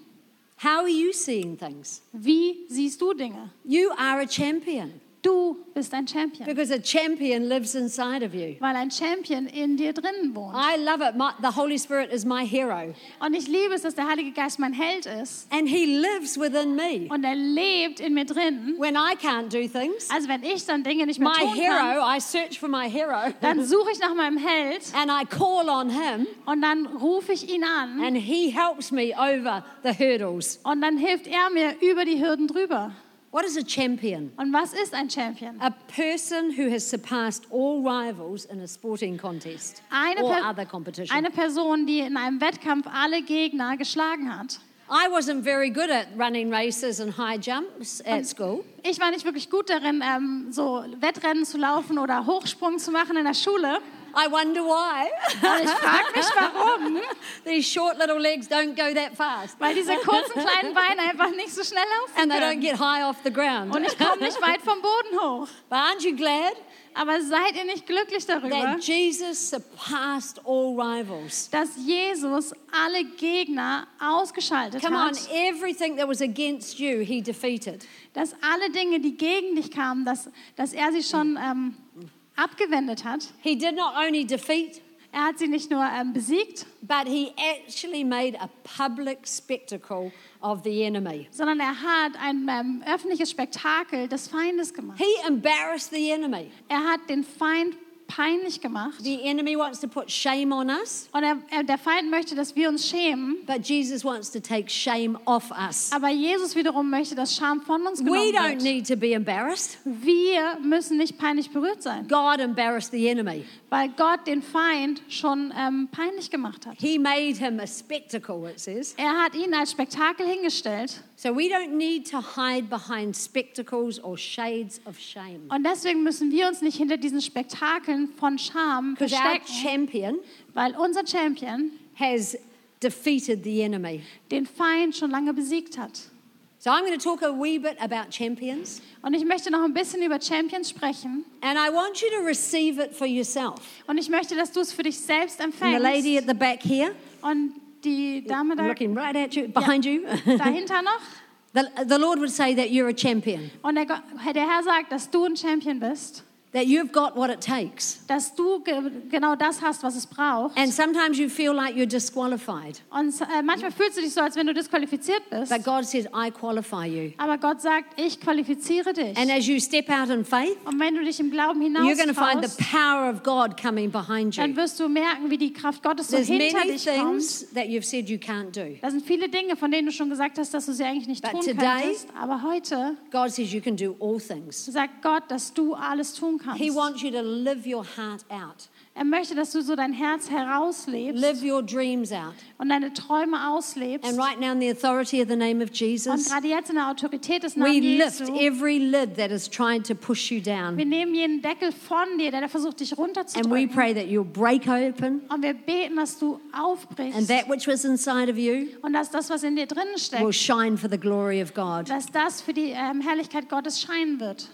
Speaker 2: How are you seeing things?
Speaker 3: Wie siehst du Dinge?
Speaker 2: You are a champion
Speaker 3: Du bist ein Champion,
Speaker 2: because a champion lives inside of you.
Speaker 3: weil ein Champion in dir drinnen wohnt.
Speaker 2: I love it. My, the Holy Spirit is my hero,
Speaker 3: Und ich liebe es, dass der Heilige Geist mein Held ist
Speaker 2: and He lives within me.
Speaker 3: und er lebt in mir drin.
Speaker 2: When I can't do things,
Speaker 3: Also wenn ich dann Dinge nicht mehr
Speaker 2: my
Speaker 3: tun kann,
Speaker 2: hero, I search for my hero,
Speaker 3: dann suche ich nach meinem Held
Speaker 2: and I call on Him,
Speaker 3: und dann rufe ich ihn an
Speaker 2: and He helps me over the hurdles.
Speaker 3: und dann hilft er mir über die Hürden drüber.
Speaker 2: What is a champion?
Speaker 3: Und was ist ein Champion?
Speaker 2: A person who has surpassed all rivals in a sporting contest
Speaker 3: Eine,
Speaker 2: or
Speaker 3: Per-
Speaker 2: other competition.
Speaker 3: eine Person, die in einem Wettkampf alle Gegner geschlagen hat.
Speaker 2: I wasn't very good at running races and high jumps at school.
Speaker 3: Ich war nicht wirklich gut darin, ähm, so Wettrennen zu laufen oder Hochsprung zu machen in der Schule.
Speaker 2: I wonder why.
Speaker 3: Und ich frage mich, warum.
Speaker 2: These short little legs don't go that fast
Speaker 3: Weil diese kurzen kleinen Beine einfach nicht so schnell laufen
Speaker 2: and they don't
Speaker 3: können.
Speaker 2: get high off the ground.
Speaker 3: Und ich komme nicht weit vom Boden hoch.
Speaker 2: But aren't you glad
Speaker 3: Aber seid ihr nicht glücklich darüber,
Speaker 2: that Jesus surpassed all rivals?
Speaker 3: dass Jesus alle Gegner ausgeschaltet
Speaker 2: Come on,
Speaker 3: hat?
Speaker 2: everything that was against you, he defeated.
Speaker 3: Dass alle Dinge, die gegen dich kamen, dass, dass er sie schon ähm, abgewendet hat.
Speaker 2: He did not only defeat,
Speaker 3: Er hat sie nicht nur ähm, besiegt,
Speaker 2: but he actually made a public spectacle of the enemy.
Speaker 3: sondern er hat ein ähm, öffentliches Spektakel des Feindes gemacht.
Speaker 2: He embarrassed the enemy.
Speaker 3: Er hat den Feind peinlich gemacht.
Speaker 2: The enemy wants to put shame on us,
Speaker 3: Und er, er, der Feind möchte, dass wir uns schämen.
Speaker 2: but Jesus wants to take shame off us.
Speaker 3: Aber Jesus wiederum möchte, dass Scham von uns genommen
Speaker 2: We don't
Speaker 3: wird.
Speaker 2: need to be embarrassed.
Speaker 3: Wir müssen nicht peinlich berührt sein,
Speaker 2: God embarrassed the enemy.
Speaker 3: weil Gott den Feind schon ähm, peinlich gemacht hat.
Speaker 2: He made him a spectacle, it says.
Speaker 3: Er hat ihn als Spektakel hingestellt.
Speaker 2: So we don't need to hide behind spectacles or shades of shame.
Speaker 3: Und deswegen müssen wir uns nicht hinter diesen Spektakeln von Scham
Speaker 2: Because our
Speaker 3: verstecken,
Speaker 2: champion
Speaker 3: weil unser Champion
Speaker 2: has defeated the enemy.
Speaker 3: den Feind schon lange besiegt hat.
Speaker 2: So I'm going to talk a wee bit about champions.
Speaker 3: Und ich möchte noch ein bisschen über Champions sprechen.
Speaker 2: And I want you to receive it for yourself.
Speaker 3: Und ich möchte, dass du es für dich selbst
Speaker 2: And the lady
Speaker 3: empfängst.
Speaker 2: at the back here,
Speaker 3: Und die Dame da,
Speaker 2: looking right at you, behind you,
Speaker 3: dahinter noch.
Speaker 2: the, the Lord would say that you're a champion,
Speaker 3: Und der, Go- der Herr sagt, dass du ein Champion bist.
Speaker 2: that you've got what it takes.
Speaker 3: Dass du ge genau das hast, was es braucht.
Speaker 2: And sometimes you feel like you're disqualified.
Speaker 3: Und äh, manchmal fühlst du dich so, als wenn du disqualifiziert bist.
Speaker 2: But God says, I qualify you.
Speaker 3: Aber Gott sagt, ich qualifiziere dich.
Speaker 2: And as you step out in faith,
Speaker 3: Und wenn du dich im Glauben
Speaker 2: you're going to find the
Speaker 3: hinausfraust,
Speaker 2: power of God coming behind
Speaker 3: dann
Speaker 2: you.
Speaker 3: wirst du merken, wie die Kraft Gottes so
Speaker 2: There's
Speaker 3: hinter
Speaker 2: many
Speaker 3: dich kommt.
Speaker 2: things that you've said you can't do.
Speaker 3: Da sind viele Dinge, von denen du schon gesagt hast, dass du sie eigentlich nicht
Speaker 2: But
Speaker 3: tun
Speaker 2: today-
Speaker 3: könntest. Aber heute
Speaker 2: God says you can do all things.
Speaker 3: sagt Gott, dass du alles tun kannst.
Speaker 2: He wants you to live your heart out.
Speaker 3: Er möchte, dass du so dein Herz
Speaker 2: Live
Speaker 3: herauslebst
Speaker 2: your dreams out.
Speaker 3: und deine Träume auslebst.
Speaker 2: And right now, in the authority of the name of
Speaker 3: Und
Speaker 2: Jesus,
Speaker 3: gerade jetzt in der Autorität des Namens
Speaker 2: we lift
Speaker 3: Jesu,
Speaker 2: every lid that is trying to push you
Speaker 3: wir
Speaker 2: down.
Speaker 3: nehmen jeden Deckel von dir, der da versucht, dich
Speaker 2: And we
Speaker 3: runterzudrücken.
Speaker 2: pray that you'll break open
Speaker 3: Und wir beten, dass du
Speaker 2: and
Speaker 3: aufbrichst
Speaker 2: that which was inside of you
Speaker 3: und dass das, was in dir drin
Speaker 2: will
Speaker 3: steckt,
Speaker 2: shine for the glory of God.
Speaker 3: dass das für die ähm, Herrlichkeit Gottes scheinen wird.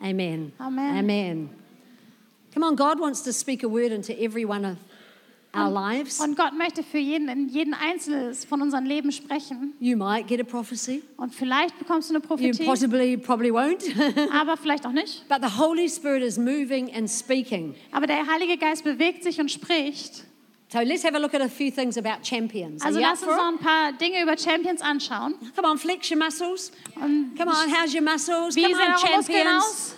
Speaker 2: Amen.
Speaker 3: Amen.
Speaker 2: Amen. Come on, God wants to speak a word into every one of our lives.
Speaker 3: Und Gott möchte für jeden, in jeden Einzelnes von unserem Leben sprechen.
Speaker 2: You might get a prophecy.
Speaker 3: Und vielleicht bekommst du eine
Speaker 2: You
Speaker 3: Prophetie,
Speaker 2: possibly probably won't.
Speaker 3: aber vielleicht auch nicht.
Speaker 2: but the Holy Spirit is moving and speaking.
Speaker 3: Aber der Heilige Geist bewegt sich und spricht.
Speaker 2: So let's have a look at a few things about champions. Are
Speaker 3: Also
Speaker 2: you up
Speaker 3: lass uns
Speaker 2: for
Speaker 3: noch
Speaker 2: it?
Speaker 3: ein paar Dinge über Champions anschauen.
Speaker 2: Come on, flex your muscles.
Speaker 3: Und
Speaker 2: Come on, how's your muscles?
Speaker 3: wie
Speaker 2: Come
Speaker 3: sehen
Speaker 2: on,
Speaker 3: eure Muskeln
Speaker 2: champions.
Speaker 3: aus?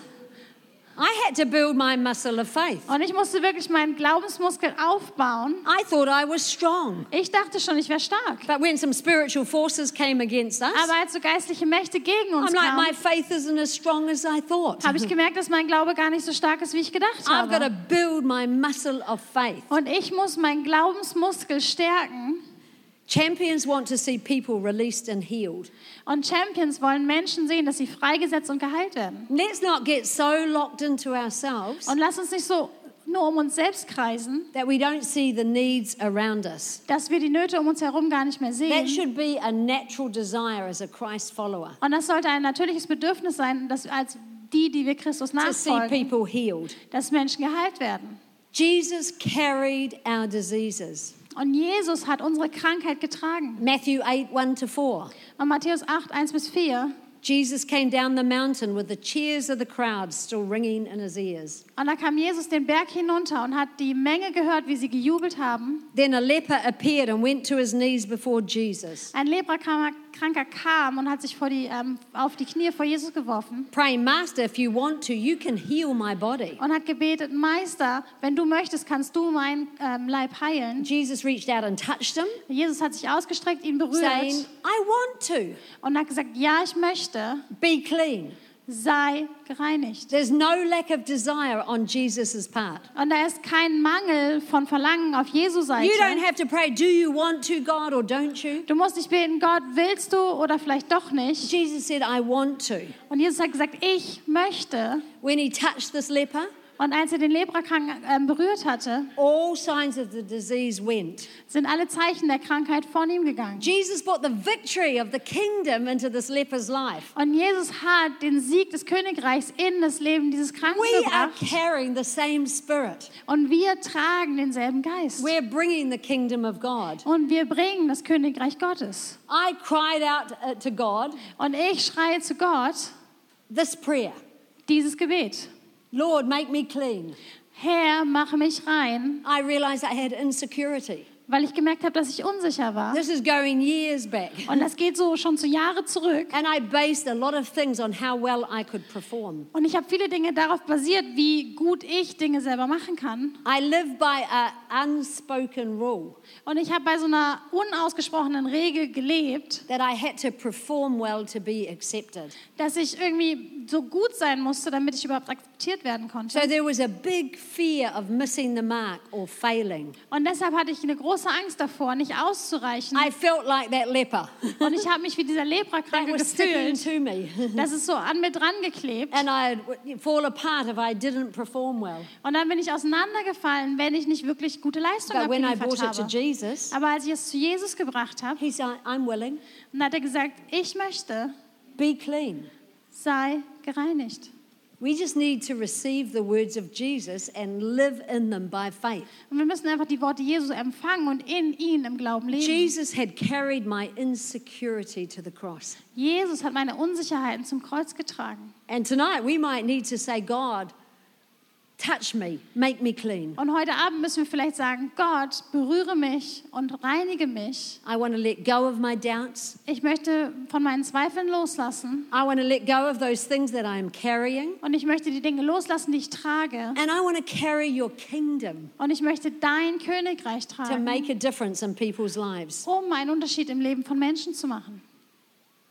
Speaker 2: I had to build my muscle of faith.
Speaker 3: Und ich musste wirklich meinen Glaubensmuskel aufbauen.
Speaker 2: I thought I was strong.
Speaker 3: Ich dachte schon, ich wäre stark.
Speaker 2: But when some spiritual forces came against us,
Speaker 3: Aber als so geistliche Mächte gegen uns
Speaker 2: I'm like, my
Speaker 3: kamen,
Speaker 2: faith isn't as strong as I thought.
Speaker 3: habe ich gemerkt, dass mein Glaube gar nicht so stark ist, wie ich gedacht
Speaker 2: I've got to
Speaker 3: habe.
Speaker 2: build my muscle of faith.
Speaker 3: Und ich muss meinen Glaubensmuskel stärken.
Speaker 2: Champions want to see people released and healed.
Speaker 3: Und Champions wollen Menschen sehen, dass sie freigesetzt und geheilt werden.
Speaker 2: Let's not get so locked into ourselves
Speaker 3: Und lass uns nicht so nur um uns selbst kreisen,
Speaker 2: that we don't see the needs around us.
Speaker 3: dass wir die Nöte um uns herum gar nicht mehr
Speaker 2: That
Speaker 3: sehen.
Speaker 2: should be a natural desire as a Christ follower
Speaker 3: Und das sollte ein natürliches Bedürfnis sein, dass wir als die, die wir Christus
Speaker 2: to see
Speaker 3: nachfolgen,
Speaker 2: people healed.
Speaker 3: dass Menschen geheilt werden.
Speaker 2: Jesus carried our diseases.
Speaker 3: Und Jesus hat unsere Krankheit getragen.
Speaker 2: Matthew 8 1 to 4.
Speaker 3: Und Matthäus 8, 1 bis 4.
Speaker 2: Jesus came down the mountain with the cheers of the crowd still ringing in his ears.
Speaker 3: Und da kam Jesus den Berg hinunter und hat die Menge gehört, wie sie gejubelt haben.
Speaker 2: Then a leper appeared and went to his knees before Jesus.
Speaker 3: Ein Leprakranker kam und hat sich vor die, ähm, auf die Knie vor Jesus geworfen
Speaker 2: Praying, Master, if you want to, you can heal my body.
Speaker 3: und hat gebetet, Meister, wenn du möchtest, kannst du meinen ähm, Leib heilen.
Speaker 2: Jesus reached out and touched him,
Speaker 3: Jesus hat sich ausgestreckt, ihn
Speaker 2: saying,
Speaker 3: berührt
Speaker 2: I want to
Speaker 3: und hat gesagt, ja, ich möchte,
Speaker 2: be clean.
Speaker 3: sei gereinigt.
Speaker 2: There's no lack of desire on Jesus' part.
Speaker 3: Und da ist kein Mangel von Verlangen auf Jesu Seite.
Speaker 2: You don't have to pray, do you want to, God, or don't you?
Speaker 3: Du musst nicht beten, Gott, willst du oder vielleicht doch nicht.
Speaker 2: Jesus said, I want to.
Speaker 3: Und Jesus hat gesagt, ich möchte.
Speaker 2: When he touched this leper,
Speaker 3: Und als er den Leprakranken ähm, berührt hatte,
Speaker 2: all signs of the disease went.
Speaker 3: sind alle Zeichen der Krankheit von ihm gegangen.
Speaker 2: Jesus brought the victory of the kingdom into this leper's life.
Speaker 3: Und Jesus hat den Sieg des Königreichs in das Leben dieses Kranken
Speaker 2: We are
Speaker 3: gebracht.
Speaker 2: carrying the same spirit.
Speaker 3: Und wir tragen denselben Geist.
Speaker 2: We're bringing the kingdom of God.
Speaker 3: Und wir bringen das Königreich Gottes.
Speaker 2: I cried out uh, to God
Speaker 3: Und ich schreie zu Gott
Speaker 2: this prayer
Speaker 3: dieses Gebet.
Speaker 2: Lord, make me clean.
Speaker 3: Herr, mache mich rein,
Speaker 2: I realized I had insecurity.
Speaker 3: weil ich gemerkt habe, dass ich unsicher war.
Speaker 2: This is going years back.
Speaker 3: Und das geht so schon zu Jahre zurück.
Speaker 2: And I based a lot of things on how well I could perform.
Speaker 3: Und ich habe viele Dinge darauf basiert, wie gut ich Dinge selber machen kann.
Speaker 2: I live by an unspoken rule
Speaker 3: Und ich habe bei so einer unausgesprochenen Regel gelebt,
Speaker 2: that I had to perform well to be accepted.
Speaker 3: dass ich irgendwie so gut sein musste, damit ich überhaupt akzeptiert werden konnte.
Speaker 2: So there was a big fear of missing the mark or failing.
Speaker 3: Und deshalb hatte ich eine große Angst davor, nicht auszureichen.
Speaker 2: I felt like that leper.
Speaker 3: Und ich habe mich wie dieser
Speaker 2: That
Speaker 3: Leprakranke
Speaker 2: was sticking
Speaker 3: gefühlt.
Speaker 2: to me.
Speaker 3: Das ist so an mir dran geklebt.
Speaker 2: And I'd w- fall apart if I didn't perform well.
Speaker 3: Und dann bin ich auseinandergefallen, wenn ich nicht wirklich gute Leistung
Speaker 2: But when I
Speaker 3: abgeliefert
Speaker 2: brought it to
Speaker 3: habe.
Speaker 2: Jesus,
Speaker 3: Aber als ich es zu Jesus gebracht habe,
Speaker 2: he said, I'm willing,
Speaker 3: dann hat er gesagt, ich möchte,
Speaker 2: be clean.
Speaker 3: sei gereinigt.
Speaker 2: We just need to receive the words of Jesus and live in them by faith.
Speaker 3: Und wir müssen einfach die Worte Jesu empfangen und in ihn im Glauben leben.
Speaker 2: Jesus had carried my insecurity to the cross.
Speaker 3: Jesus hat meine Unsicherheiten zum Kreuz getragen.
Speaker 2: And tonight we might need to say, God, touch me, make me clean.
Speaker 3: Und heute Abend müssen wir vielleicht sagen, Gott, berühre mich und reinige mich.
Speaker 2: I want to let go of my doubts.
Speaker 3: Ich möchte von meinen Zweifeln loslassen
Speaker 2: I want to let go of those things that I am carrying.
Speaker 3: und ich möchte die Dinge loslassen, die ich trage.
Speaker 2: And I want to carry your kingdom
Speaker 3: Und ich möchte dein Königreich
Speaker 2: to
Speaker 3: tragen,
Speaker 2: make a difference in people's lives.
Speaker 3: um einen Unterschied im Leben von Menschen zu machen.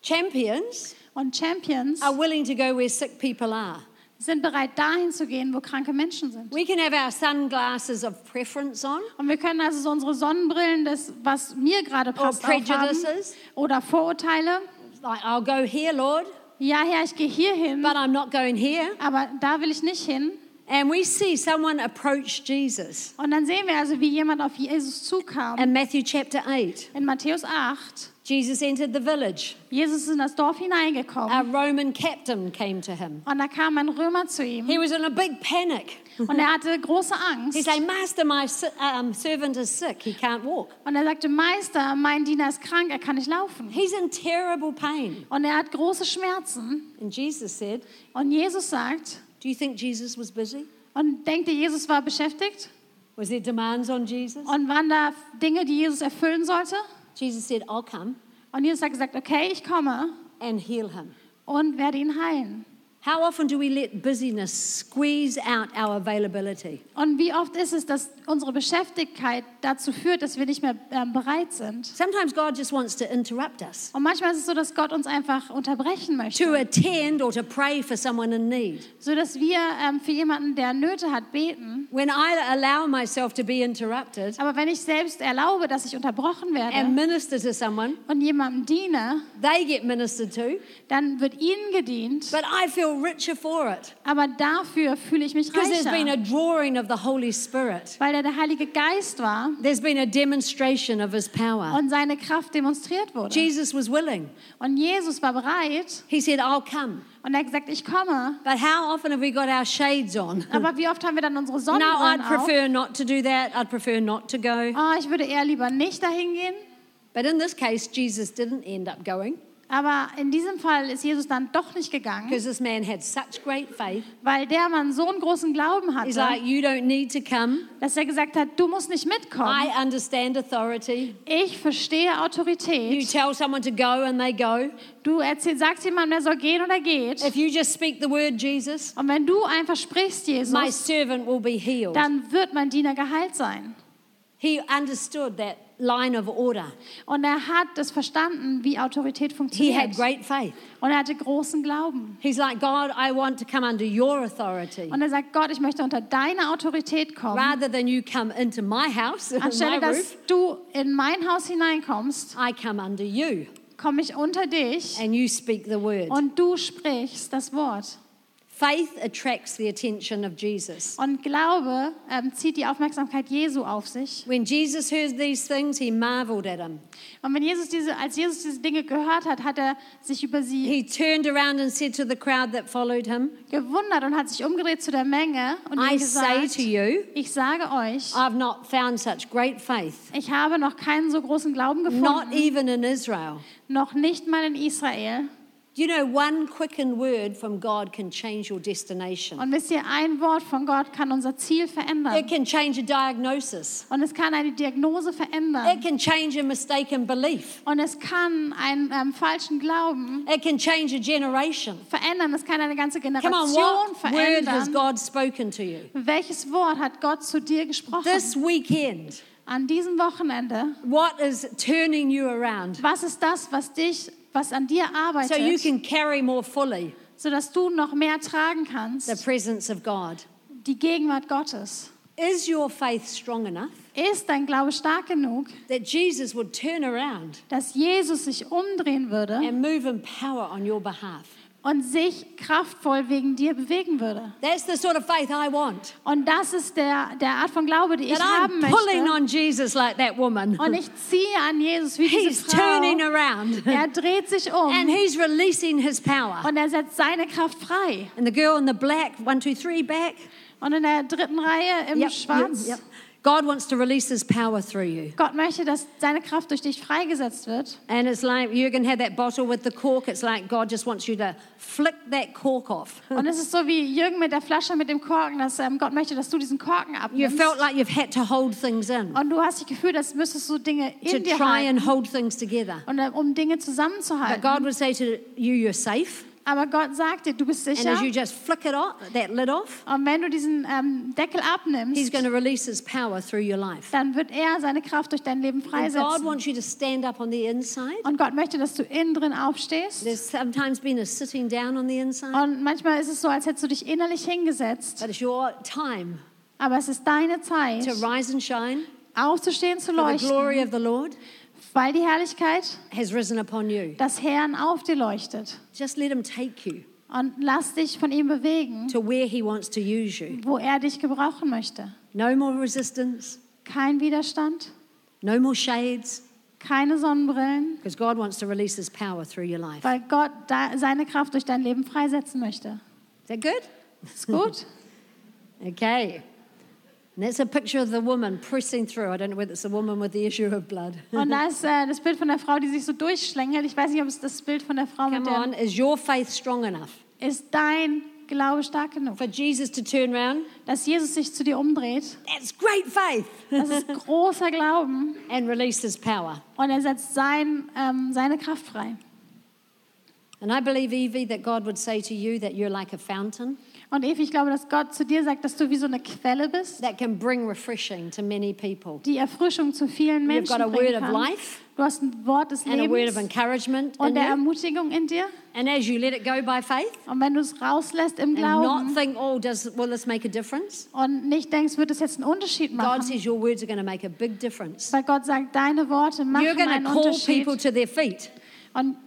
Speaker 2: Champions
Speaker 3: Und Champions
Speaker 2: are willing to go where sick people are.
Speaker 3: sind bereit, dahin zu gehen, wo kranke Menschen sind.
Speaker 2: We can have our sunglasses of preference on,
Speaker 3: Und wir können also so unsere Sonnenbrillen, das, was mir gerade passt, aufhaben,
Speaker 2: prejudices.
Speaker 3: oder Vorurteile.
Speaker 2: like, I'll go here, Lord,
Speaker 3: Ja, Herr, ich gehe hier hin,
Speaker 2: but I'm not going here.
Speaker 3: aber da will ich nicht hin.
Speaker 2: And we see someone approach Jesus
Speaker 3: Und dann sehen wir also, wie jemand auf Jesus zukam.
Speaker 2: in Matthew chapter 8.
Speaker 3: In Matthäus 8,
Speaker 2: Jesus entered the village.
Speaker 3: Jesus ist in das Dorf hineingekommen
Speaker 2: A Roman captain came to him.
Speaker 3: und da kam ein Römer zu ihm
Speaker 2: He was in a big panic.
Speaker 3: und er hatte große Angst.
Speaker 2: He's like, Master, my si- um, servant is sick. He can't walk.
Speaker 3: Und er sagte, Meister, mein Diener ist krank, er kann nicht laufen.
Speaker 2: He's in terrible pain.
Speaker 3: Und er hat große Schmerzen.
Speaker 2: And Jesus said,
Speaker 3: Und Jesus sagt,
Speaker 2: Do you think Jesus was busy?
Speaker 3: und denkt ihr, Jesus war beschäftigt?
Speaker 2: Was there demands on Jesus?
Speaker 3: Und waren da Dinge, die Jesus erfüllen sollte?
Speaker 2: Jesus said, I'll come
Speaker 3: Und Jesus hat gesagt, okay, ich komme
Speaker 2: and heal him.
Speaker 3: und werde ihn heilen.
Speaker 2: How often do we let busyness squeeze out our availability?
Speaker 3: Und wie oft ist es, dass unsere Beschäftigkeit dazu führt, dass wir nicht mehr ähm, bereit sind?
Speaker 2: Sometimes God just wants to interrupt us
Speaker 3: Und manchmal ist es so, dass Gott uns einfach unterbrechen möchte,
Speaker 2: to attend or to pray for someone in need.
Speaker 3: sodass wir ähm, für jemanden, der Nöte hat, beten.
Speaker 2: When I allow myself to be interrupted
Speaker 3: Aber wenn ich selbst erlaube, dass ich unterbrochen
Speaker 2: and
Speaker 3: werde
Speaker 2: minister to someone,
Speaker 3: und jemandem diene,
Speaker 2: they get ministered to,
Speaker 3: dann wird ihnen gedient,
Speaker 2: but I feel richer for it
Speaker 3: aber dafür fühle ich mich
Speaker 2: because there's been a
Speaker 3: reicher,
Speaker 2: drawing of the Holy Spirit.
Speaker 3: weil er der Heilige Geist war
Speaker 2: There's been a demonstration of his power.
Speaker 3: und seine Kraft demonstriert wurde.
Speaker 2: Jesus was willing.
Speaker 3: Und Jesus war bereit
Speaker 2: He said, I'll come.
Speaker 3: und er hat gesagt, ich komme.
Speaker 2: But how often have we got our shades on?
Speaker 3: Aber wie oft haben wir dann unsere
Speaker 2: No, I'd
Speaker 3: Sonnenbrillen auf?
Speaker 2: prefer not to do that. I'd prefer not to go.
Speaker 3: Oh, ich würde eher lieber nicht dahin gehen.
Speaker 2: But in this case, Jesus didn't end up going
Speaker 3: Aber in diesem Fall ist Jesus dann doch nicht gegangen,
Speaker 2: because this man had such great faith.
Speaker 3: weil der Mann so einen großen Glauben
Speaker 2: He's
Speaker 3: hatte,
Speaker 2: like, You don't need to come.
Speaker 3: dass er gesagt hat, du musst nicht
Speaker 2: I
Speaker 3: mitkommen.
Speaker 2: understand authority.
Speaker 3: Ich verstehe
Speaker 2: You
Speaker 3: Autorität.
Speaker 2: tell someone to go and they go.
Speaker 3: Du erzähl, sagst jemandem, er soll gehen oder geht.
Speaker 2: If you just speak the word Jesus,
Speaker 3: Und wenn du einfach sprichst,
Speaker 2: my
Speaker 3: Jesus,
Speaker 2: servant will be healed.
Speaker 3: dann wird mein Diener geheilt sein.
Speaker 2: He understood that line of order.
Speaker 3: Und er hat das verstanden, wie Autorität
Speaker 2: He had
Speaker 3: funktioniert.
Speaker 2: great faith.
Speaker 3: Und er hatte großen Glauben.
Speaker 2: He's like, God, I want to come under your authority
Speaker 3: Und er sagt, Gott, ich möchte unter deine Autorität kommen.
Speaker 2: rather than you come into my house, my
Speaker 3: Anstelle,
Speaker 2: roof.
Speaker 3: dass du in mein Haus hineinkommst,
Speaker 2: I come under you
Speaker 3: komme ich unter dich
Speaker 2: and you speak the word.
Speaker 3: und du sprichst das Wort.
Speaker 2: Faith attracts the attention of Jesus.
Speaker 3: Und Glaube ähm, zieht die Aufmerksamkeit Jesu auf sich.
Speaker 2: When Jesus heard these things, he marveled at him.
Speaker 3: Und wenn Jesus diese, als Jesus diese Dinge gehört hat, hat er sich über sie
Speaker 2: He turned around and said to the crowd that followed him,
Speaker 3: gewundert und hat sich umgedreht zu der Menge und
Speaker 2: I
Speaker 3: ihm
Speaker 2: say
Speaker 3: gesagt,
Speaker 2: to you,
Speaker 3: ich sage euch,
Speaker 2: I've not found such great faith,
Speaker 3: ich habe noch keinen so großen Glauben
Speaker 2: not
Speaker 3: gefunden,
Speaker 2: even in Israel.
Speaker 3: noch nicht mal in Israel.
Speaker 2: You know, one quickened word from God can change your destination.
Speaker 3: Und wisst ihr, ein Wort von Gott kann unser Ziel
Speaker 2: It
Speaker 3: verändern.
Speaker 2: can change a diagnosis.
Speaker 3: Und es kann eine Diagnose
Speaker 2: It
Speaker 3: verändern.
Speaker 2: can change a mistaken belief.
Speaker 3: Und es kann einen ähm, falschen Glauben
Speaker 2: It can change a generation.
Speaker 3: verändern. Es kann eine ganze
Speaker 2: Come on,
Speaker 3: Generation
Speaker 2: what word has
Speaker 3: verändern.
Speaker 2: God spoken to you?
Speaker 3: Welches Wort hat Gott zu dir gesprochen?
Speaker 2: This weekend,
Speaker 3: An diesem Wochenende.
Speaker 2: what is turning you around
Speaker 3: Was ist das, was dich, was an dir
Speaker 2: so you
Speaker 3: arbeitet,
Speaker 2: can carry more fully
Speaker 3: sodass du noch mehr tragen
Speaker 2: the
Speaker 3: kannst?
Speaker 2: presence of God?
Speaker 3: Die Gegenwart Gottes.
Speaker 2: Is your faith strong enough
Speaker 3: Ist dein Glaube stark genug,
Speaker 2: that Jesus would turn around
Speaker 3: dass Jesus sich umdrehen würde
Speaker 2: and move in power on your behalf?
Speaker 3: und sich kraftvoll wegen dir bewegen würde?
Speaker 2: That's the sort of faith I want.
Speaker 3: Und das ist der, der Art von Glaube, die ich
Speaker 2: That
Speaker 3: haben
Speaker 2: I'm pulling
Speaker 3: möchte.
Speaker 2: on Jesus like that woman.
Speaker 3: Und ich ziehe an Jesus wie
Speaker 2: He's
Speaker 3: diese
Speaker 2: turning
Speaker 3: Frau.
Speaker 2: around
Speaker 3: Er dreht sich um.
Speaker 2: and he's releasing his power.
Speaker 3: Und er setzt seine Kraft frei.
Speaker 2: And the girl in the black, one, two, three, back.
Speaker 3: Und in der dritten Reihe im
Speaker 2: Yep,
Speaker 3: Schwarz.
Speaker 2: yep, yep. God wants to release His power through you.
Speaker 3: Gott möchte, dass seine Kraft durch dich freigesetzt wird.
Speaker 2: And it's like Jürgen had that bottle with the cork. It's like God just wants you to flick that cork off.
Speaker 3: Und es ist so wie Jürgen mit der Flasche mit dem Korken, dass ähm, Gott möchte, dass du diesen Korken
Speaker 2: You
Speaker 3: abnimmst.
Speaker 2: felt like you've had to hold things in
Speaker 3: Und du hast das Gefühl, dass müsstest du Dinge
Speaker 2: to
Speaker 3: Oh, in dir
Speaker 2: try
Speaker 3: halten,
Speaker 2: and hold things together.
Speaker 3: und, äh, um Dinge
Speaker 2: But
Speaker 3: zusammenzuhalten.
Speaker 2: God would say to you, You're safe.
Speaker 3: Aber Gott sagt dir, du bist
Speaker 2: And
Speaker 3: sicher.
Speaker 2: as you just flick it off, that lid off,
Speaker 3: Und wenn du diesen ähm, Deckel
Speaker 2: He's
Speaker 3: abnimmst,
Speaker 2: going to release His power through your life.
Speaker 3: dann wird er seine Kraft durch dein Leben
Speaker 2: And God
Speaker 3: freisetzen.
Speaker 2: wants you to stand up on the inside.
Speaker 3: Und Gott möchte, dass du innen drin aufstehst.
Speaker 2: There's sometimes been a sitting down on the inside,
Speaker 3: Und manchmal ist es so, als hättest du dich innerlich hingesetzt.
Speaker 2: but it's your time
Speaker 3: Aber es ist deine Zeit,
Speaker 2: to rise and shine.
Speaker 3: aufzustehen, zu
Speaker 2: For the
Speaker 3: leuchten,
Speaker 2: glory of the Lord
Speaker 3: weil die Herrlichkeit
Speaker 2: has risen upon you.
Speaker 3: des Herrn auf dir leuchtet.
Speaker 2: Just let Him take you
Speaker 3: Und lass dich von ihm bewegen,
Speaker 2: to where He wants to use you.
Speaker 3: wo er dich gebrauchen möchte.
Speaker 2: No more resistance,
Speaker 3: Kein Widerstand,
Speaker 2: no more shades,
Speaker 3: keine Sonnenbrillen,
Speaker 2: because God wants to release His power through your life.
Speaker 3: weil Gott da seine Kraft durch dein Leben freisetzen möchte.
Speaker 2: Is that good?
Speaker 3: Ist gut?
Speaker 2: Okay. And that's a picture of the woman pressing through. I don't know whether it's the woman with the issue of blood.
Speaker 3: Und da ist äh, das Bild von der Frau, die sich so durchschlängelt. Ich weiß nicht, ob es das Bild von der Frau mit
Speaker 2: Come
Speaker 3: der
Speaker 2: on, is your faith strong enough
Speaker 3: ist dein Glaube stark genug,
Speaker 2: for Jesus to turn round?
Speaker 3: dass Jesus sich zu dir umdreht.
Speaker 2: That's great faith.
Speaker 3: Das ist großer Glauben
Speaker 2: and release His power.
Speaker 3: und er setzt sein, ähm, seine Kraft frei.
Speaker 2: And I believe, Evie, that God would say to you that you're like a fountain
Speaker 3: Und Evi, ich glaube, dass Gott zu dir sagt, dass du wie so eine Quelle bist,
Speaker 2: that can bring refreshing to many people.
Speaker 3: die Erfrischung zu vielen
Speaker 2: You've
Speaker 3: Menschen
Speaker 2: got a word
Speaker 3: bringen
Speaker 2: of
Speaker 3: kann.
Speaker 2: life
Speaker 3: Du hast ein Wort des
Speaker 2: and a word of
Speaker 3: Lebens
Speaker 2: encouragement.
Speaker 3: und
Speaker 2: In
Speaker 3: der
Speaker 2: you.
Speaker 3: Ermutigung in dir.
Speaker 2: And as you let it go by faith
Speaker 3: Und wenn du es rauslässt im
Speaker 2: and not
Speaker 3: Glauben
Speaker 2: think, oh, does, will this make a difference?
Speaker 3: und nicht denkst, wird es jetzt einen Unterschied
Speaker 2: God
Speaker 3: machen,
Speaker 2: says your words are going to make a big difference.
Speaker 3: weil Gott sagt, deine Worte
Speaker 2: You're
Speaker 3: machen
Speaker 2: going
Speaker 3: einen
Speaker 2: to call
Speaker 3: Unterschied.
Speaker 2: people to their feet.
Speaker 3: Und,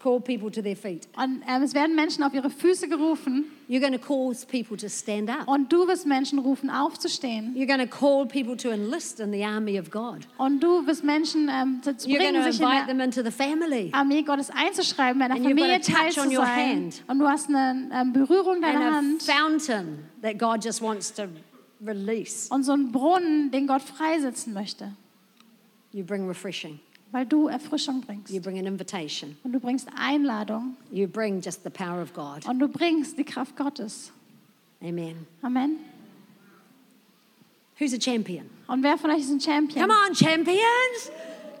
Speaker 2: Call people to their feet.
Speaker 3: und ähm, es werden Menschen auf ihre Füße gerufen
Speaker 2: You're going to cause people to stand up.
Speaker 3: und du wirst Menschen rufen, aufzustehen.
Speaker 2: You're going to call people to enlist in the army of God.
Speaker 3: Und du wirst Menschen ähm, dazu
Speaker 2: You're going
Speaker 3: bringen,
Speaker 2: to
Speaker 3: sich in
Speaker 2: invite
Speaker 3: der
Speaker 2: them into the family.
Speaker 3: Armee Gottes einzuschreiben, in der
Speaker 2: And you've got a
Speaker 3: Familie
Speaker 2: touch
Speaker 3: teil zu
Speaker 2: on your
Speaker 3: sein.
Speaker 2: hand.
Speaker 3: Und du hast eine ähm, Berührung deiner
Speaker 2: and a
Speaker 3: Hand
Speaker 2: fountain that God just wants to release.
Speaker 3: und so einen Brunnen, den Gott freisetzen möchte,
Speaker 2: You bring refreshing,
Speaker 3: weil du Erfrischung bringst.
Speaker 2: you bring an invitation,
Speaker 3: Und du bringst Einladung
Speaker 2: you bring just the power of God.
Speaker 3: und du bringst die Kraft Gottes.
Speaker 2: Amen.
Speaker 3: Amen.
Speaker 2: Who's a champion?
Speaker 3: Und wer von euch ist ein Champion?
Speaker 2: Come on, champions!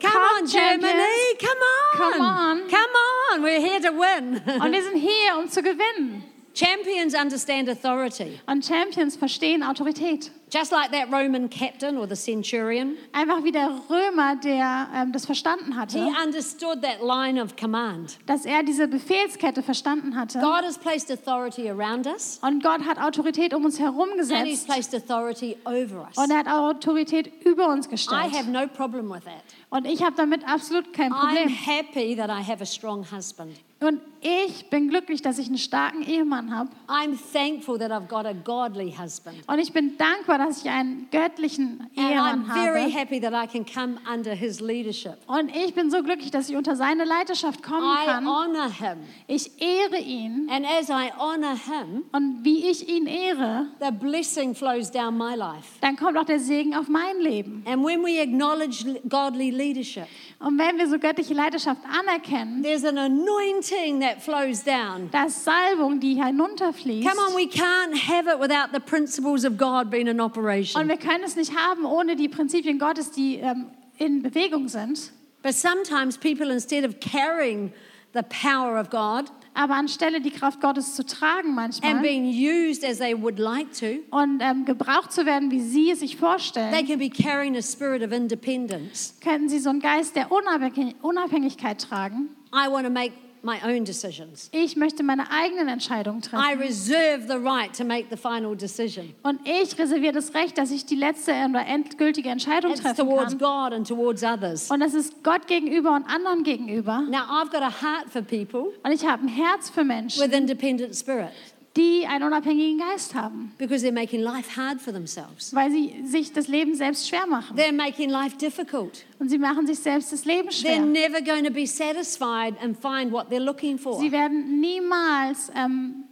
Speaker 2: Come,
Speaker 3: Come,
Speaker 2: on, Germany!
Speaker 3: champions.
Speaker 2: Come on!
Speaker 3: Come on.
Speaker 2: Come on! We're here to win.
Speaker 3: Und wir sind hier, um zu gewinnen.
Speaker 2: champions understand authority,
Speaker 3: Und Champions verstehen Autorität.
Speaker 2: just like that Roman captain or the centurion.
Speaker 3: Einfach wie der Römer, der ähm, das verstanden
Speaker 2: He
Speaker 3: hatte,
Speaker 2: understood that line of command.
Speaker 3: dass er diese Befehlskette verstanden hatte.
Speaker 2: God has placed authority around us,
Speaker 3: Und Gott hat Autorität um uns herum
Speaker 2: and He's
Speaker 3: gesetzt.
Speaker 2: placed authority over us.
Speaker 3: Und er hat Autorität über uns
Speaker 2: I
Speaker 3: gestellt.
Speaker 2: have no problem with that.
Speaker 3: Und ich habe damit absolut kein
Speaker 2: I'm
Speaker 3: Problem.
Speaker 2: happy that I have a strong husband.
Speaker 3: Und ich bin glücklich, dass ich einen starken Ehemann habe.
Speaker 2: I'm thankful that I've got a godly husband.
Speaker 3: Und ich bin dankbar, dass ich einen göttlichen
Speaker 2: And I'm
Speaker 3: Ehemann
Speaker 2: very
Speaker 3: habe.
Speaker 2: happy that I can come under his leadership.
Speaker 3: Und ich bin so glücklich, dass ich unter seine Leiterschaft kommen
Speaker 2: I
Speaker 3: kann.
Speaker 2: honor him.
Speaker 3: Ich ehre ihn.
Speaker 2: And as I honor him,
Speaker 3: Und wie ich ihn ehre,
Speaker 2: the blessing flows down my life.
Speaker 3: dann kommt auch der Segen auf mein Leben.
Speaker 2: And when we acknowledge l- godly leadership,
Speaker 3: Und wenn wir so göttliche Leiterschaft anerkennen,
Speaker 2: there's an anointing that flows down.
Speaker 3: da ist Salbung, die hinunterfließt.
Speaker 2: Come on, we can't have it without the principles of God being in
Speaker 3: Und
Speaker 2: operation.
Speaker 3: wir können es nicht haben ohne die Prinzipien Gottes, die ähm, in Bewegung sind.
Speaker 2: But sometimes people, instead of carrying the power of God,
Speaker 3: Aber anstelle die Kraft Gottes zu tragen
Speaker 2: and
Speaker 3: manchmal
Speaker 2: being used as they would like to,
Speaker 3: und ähm, gebraucht zu werden, wie sie es sich
Speaker 2: they
Speaker 3: vorstellen,
Speaker 2: can be carrying a spirit of independence.
Speaker 3: könnten sie so einen Geist der Unabhängig Unabhängigkeit tragen.
Speaker 2: I want to make my own decisions.
Speaker 3: Ich möchte meine eigenen Entscheidungen
Speaker 2: I
Speaker 3: treffen.
Speaker 2: reserve the right to make the final decision.
Speaker 3: Und ich reserviere das Recht, dass ich die letzte oder endgültige Entscheidung
Speaker 2: It's
Speaker 3: treffen
Speaker 2: towards
Speaker 3: kann.
Speaker 2: God and towards others.
Speaker 3: Und das ist Gott gegenüber und anderen gegenüber.
Speaker 2: Now, I've got a heart for people
Speaker 3: Und ich habe ein Herz für Menschen,
Speaker 2: with independent spirit
Speaker 3: die einen unabhängigen Geist haben,
Speaker 2: because they're making life hard for themselves.
Speaker 3: weil sie sich das Leben selbst schwer machen.
Speaker 2: They're making life difficult.
Speaker 3: Und sie machen sich selbst das Leben
Speaker 2: They're
Speaker 3: schwer.
Speaker 2: never going to be satisfied and find what they're looking for.
Speaker 3: Sie werden niemals ähm,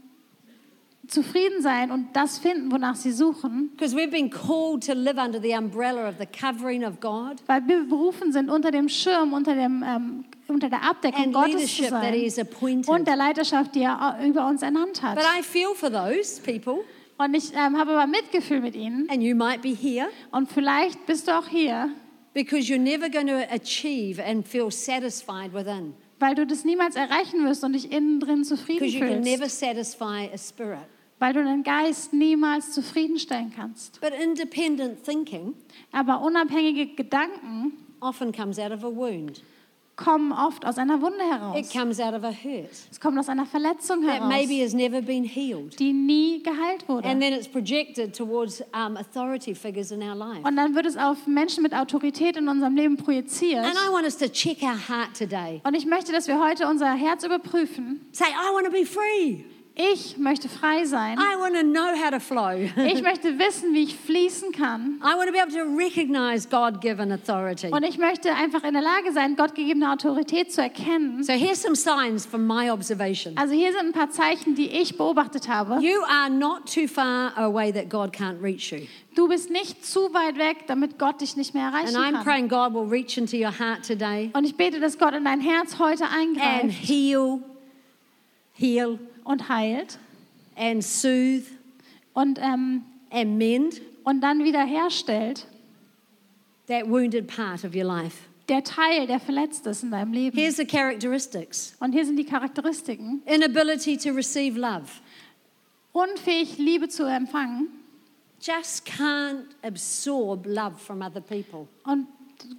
Speaker 3: zufrieden sein und das finden, wonach sie suchen,
Speaker 2: Because we've been called to live under the umbrella of the covering of God
Speaker 3: weil wir berufen sind, unter dem Schirm, unter, dem, ähm, unter der Abdeckung
Speaker 2: and
Speaker 3: Gottes zu
Speaker 2: leadership that He
Speaker 3: sein
Speaker 2: has appointed.
Speaker 3: und der Leiterschaft, die er au- über uns ernannt hat.
Speaker 2: But I feel for those people,
Speaker 3: Und ich ähm, habe aber Mitgefühl mit ihnen.
Speaker 2: and you might be here,
Speaker 3: Und vielleicht bist du auch hier,
Speaker 2: because you're never going to achieve and feel satisfied within.
Speaker 3: weil du das niemals erreichen wirst und dich innen drin zufrieden
Speaker 2: because you can
Speaker 3: fühlst,
Speaker 2: never satisfy a spirit.
Speaker 3: weil du deinen Geist niemals zufriedenstellen kannst.
Speaker 2: But independent thinking
Speaker 3: Aber unabhängige Gedanken
Speaker 2: often comes out of a wound.
Speaker 3: kommen oft aus einer Wunde
Speaker 2: It
Speaker 3: heraus.
Speaker 2: comes out of a hurt
Speaker 3: Es kommt aus einer Verletzung
Speaker 2: that maybe
Speaker 3: heraus,
Speaker 2: has never been healed.
Speaker 3: die nie geheilt
Speaker 2: And
Speaker 3: wurde.
Speaker 2: then it's projected towards um, authority figures in our life.
Speaker 3: Und dann wird es auf Menschen mit Autorität in unserem Leben
Speaker 2: And
Speaker 3: projiziert.
Speaker 2: I want us to check our heart today.
Speaker 3: Und ich möchte, dass wir heute unser Herz überprüfen.
Speaker 2: Say, I want to be free.
Speaker 3: Ich möchte frei sein.
Speaker 2: I want to know how to flow.
Speaker 3: Ich möchte wissen, wie ich fließen kann.
Speaker 2: I want to be able to recognize God given authority.
Speaker 3: Und ich möchte einfach in der Lage sein, gottgegebene Autorität zu erkennen.
Speaker 2: So here's some signs from my observation.
Speaker 3: Also hier sind ein paar Zeichen, die ich beobachtet habe.
Speaker 2: You are not too far away that God can't reach you.
Speaker 3: Du bist nicht zu weit weg, damit Gott dich nicht mehr erreichen
Speaker 2: And I'm
Speaker 3: kann.
Speaker 2: praying God will reach into your heart today
Speaker 3: Und ich bete, dass Gott in dein Herz heute
Speaker 2: and
Speaker 3: eingreift
Speaker 2: heal, heal,
Speaker 3: und heilt
Speaker 2: and soothe,
Speaker 3: und, ähm,
Speaker 2: and mend
Speaker 3: und dann wieder herstellt,
Speaker 2: that wounded part of your life.
Speaker 3: der Teil, der verletzt ist in deinem Leben.
Speaker 2: Here's the characteristics
Speaker 3: Und hier sind die Charakteristiken.
Speaker 2: inability to receive love.
Speaker 3: Unfähig, Liebe zu empfangen.
Speaker 2: Just can't absorb love from other people.
Speaker 3: Und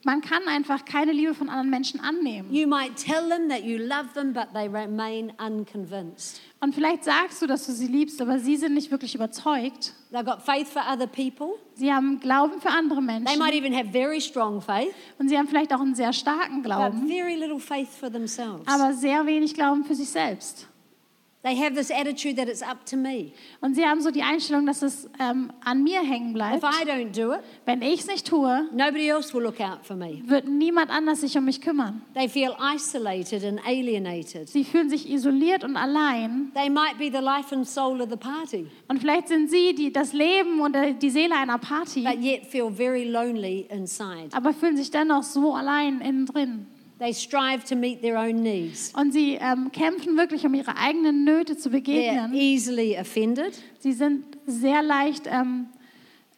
Speaker 3: man kann einfach keine Liebe von anderen Menschen annehmen.
Speaker 2: You might tell them that you love them, but they remain unconvinced.
Speaker 3: Und vielleicht sagst du, dass du sie liebst, aber sie sind nicht wirklich überzeugt.
Speaker 2: They've got faith for other people.
Speaker 3: Sie haben Glauben für andere
Speaker 2: They
Speaker 3: Menschen
Speaker 2: might even have very strong faith,
Speaker 3: und sie haben vielleicht auch einen sehr starken
Speaker 2: but
Speaker 3: Glauben,
Speaker 2: very little faith for themselves.
Speaker 3: aber sehr wenig Glauben für sich selbst.
Speaker 2: They have this attitude that it's up to me.
Speaker 3: Und sie haben so die Einstellung, dass es ähm, an mir hängen
Speaker 2: If
Speaker 3: bleibt.
Speaker 2: I don't do it,
Speaker 3: Wenn ich es nicht tue,
Speaker 2: nobody else will look out for me.
Speaker 3: wird niemand anders sich um mich kümmern.
Speaker 2: They feel isolated and alienated.
Speaker 3: Sie fühlen sich isoliert und allein.
Speaker 2: They might be the life and soul of the party,
Speaker 3: Und vielleicht sind sie die, das Leben und äh, die Seele einer Party,
Speaker 2: but yet feel very lonely inside.
Speaker 3: aber fühlen sich dennoch so allein innen drin.
Speaker 2: They strive to meet their own needs.
Speaker 3: Und sie ähm, kämpfen wirklich, um ihre eigenen Nöte zu
Speaker 2: They're
Speaker 3: begegnen.
Speaker 2: easily offended,
Speaker 3: Sie sind sehr leicht ähm,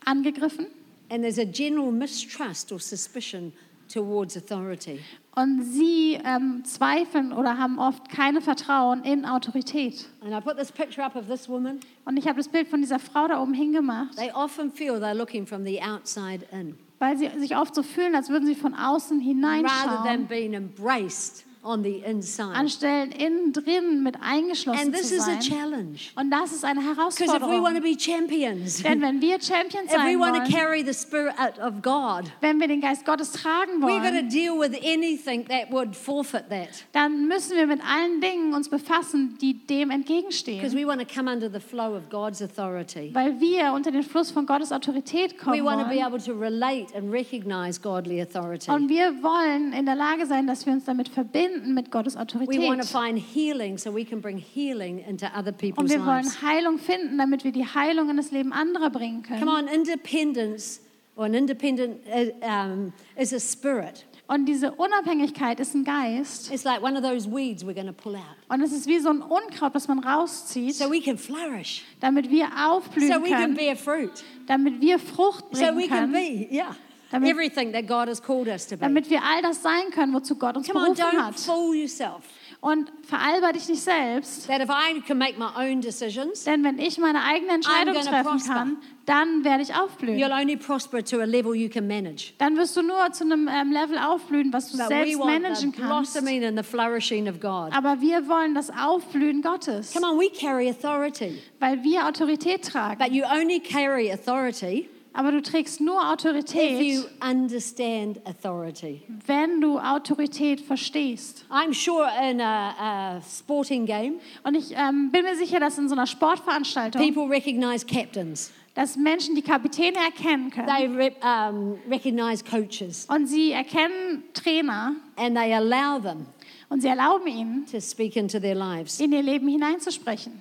Speaker 3: angegriffen
Speaker 2: and there's a general mistrust or suspicion towards authority.
Speaker 3: und sie ähm, zweifeln oder haben oft keine Vertrauen in Autorität.
Speaker 2: And I put this picture up of this woman.
Speaker 3: Und ich habe das Bild von dieser Frau da oben hingemacht,
Speaker 2: They often feel they're looking from the outside in
Speaker 3: weil sie sich oft so fühlen, als würden sie von
Speaker 2: rather
Speaker 3: außen
Speaker 2: than
Speaker 3: hineinschauen,
Speaker 2: being embraced on the inside.
Speaker 3: anstellen innen drin mit eingeschlossen
Speaker 2: And this
Speaker 3: zu
Speaker 2: is a
Speaker 3: sein.
Speaker 2: challenge
Speaker 3: Und das ist eine
Speaker 2: because if we want to
Speaker 3: Herausforderung.
Speaker 2: be champions,
Speaker 3: Denn wenn wir Champions
Speaker 2: if we
Speaker 3: sein
Speaker 2: want to
Speaker 3: wollen,
Speaker 2: carry the spirit of God,
Speaker 3: wenn wir den Geist Gottes tragen
Speaker 2: we've got to
Speaker 3: wollen,
Speaker 2: deal with anything that would forfeit that
Speaker 3: dann müssen wir mit allen Dingen uns befassen, die dem entgegenstehen.
Speaker 2: because we want to come under the flow of God's authority.
Speaker 3: weil wir unter den Fluss von Gottes Autorität
Speaker 2: We
Speaker 3: kommen
Speaker 2: want to be
Speaker 3: wollen.
Speaker 2: able to relate and recognize godly authority.
Speaker 3: Und wir wollen in der Lage sein, dass wir uns damit verbinden mit Gottes
Speaker 2: We want to
Speaker 3: Autorität.
Speaker 2: find healing so we can bring healing into other
Speaker 3: Und
Speaker 2: people's
Speaker 3: wir
Speaker 2: lives.
Speaker 3: wollen Heilung finden, damit wir die Heilung in das Leben anderer bringen
Speaker 2: Come
Speaker 3: können.
Speaker 2: on, independence or an independent uh, um, is a spirit.
Speaker 3: Und diese Unabhängigkeit ist ein Geist.
Speaker 2: It's like one of those weeds we're going to pull out.
Speaker 3: Und es ist wie so ein Unkraut, das man rauszieht,
Speaker 2: So we can flourish.
Speaker 3: damit wir
Speaker 2: So
Speaker 3: aufblühen
Speaker 2: we can
Speaker 3: können,
Speaker 2: be a fruit.
Speaker 3: damit wir Frucht
Speaker 2: So
Speaker 3: bringen
Speaker 2: we can
Speaker 3: können,
Speaker 2: be, yeah,
Speaker 3: Damit-
Speaker 2: everything that God has called us to be.
Speaker 3: damit wir all das sein können, wozu Gott uns
Speaker 2: Come on,
Speaker 3: berufen
Speaker 2: don't
Speaker 3: hat.
Speaker 2: fool yourself.
Speaker 3: Und veralber dich nicht selbst,
Speaker 2: That if I can make my own decisions,
Speaker 3: Denn wenn ich meine eigene Entscheidung
Speaker 2: gonna
Speaker 3: treffen
Speaker 2: prosper.
Speaker 3: kann, dann werde ich aufblühen.
Speaker 2: you'll only prosper to a level you can manage.
Speaker 3: Dann wirst du nur zu einem ähm, Level aufblühen, was du
Speaker 2: But we
Speaker 3: selbst
Speaker 2: want
Speaker 3: managen
Speaker 2: the
Speaker 3: kannst.
Speaker 2: blossoming and the flourishing of God.
Speaker 3: Aber wir wollen das Aufblühen Gottes,
Speaker 2: Come on, we carry authority,
Speaker 3: weil wir Autorität tragen.
Speaker 2: but you only carry authority
Speaker 3: Aber du trägst nur
Speaker 2: if you
Speaker 3: Autorität,
Speaker 2: understand authority.
Speaker 3: wenn du Autorität verstehst.
Speaker 2: I'm sure in a, a sporting game,
Speaker 3: Und ich ähm, bin mir sicher, dass in so einer Sportveranstaltung,
Speaker 2: people recognize captains,
Speaker 3: dass Menschen die Kapitäne erkennen können.
Speaker 2: they re- um, recognize coaches,
Speaker 3: Und sie erkennen Trainer
Speaker 2: and they allow them
Speaker 3: und sie erlauben ihnen,
Speaker 2: to speak into their lives.
Speaker 3: in ihr Leben hineinzusprechen.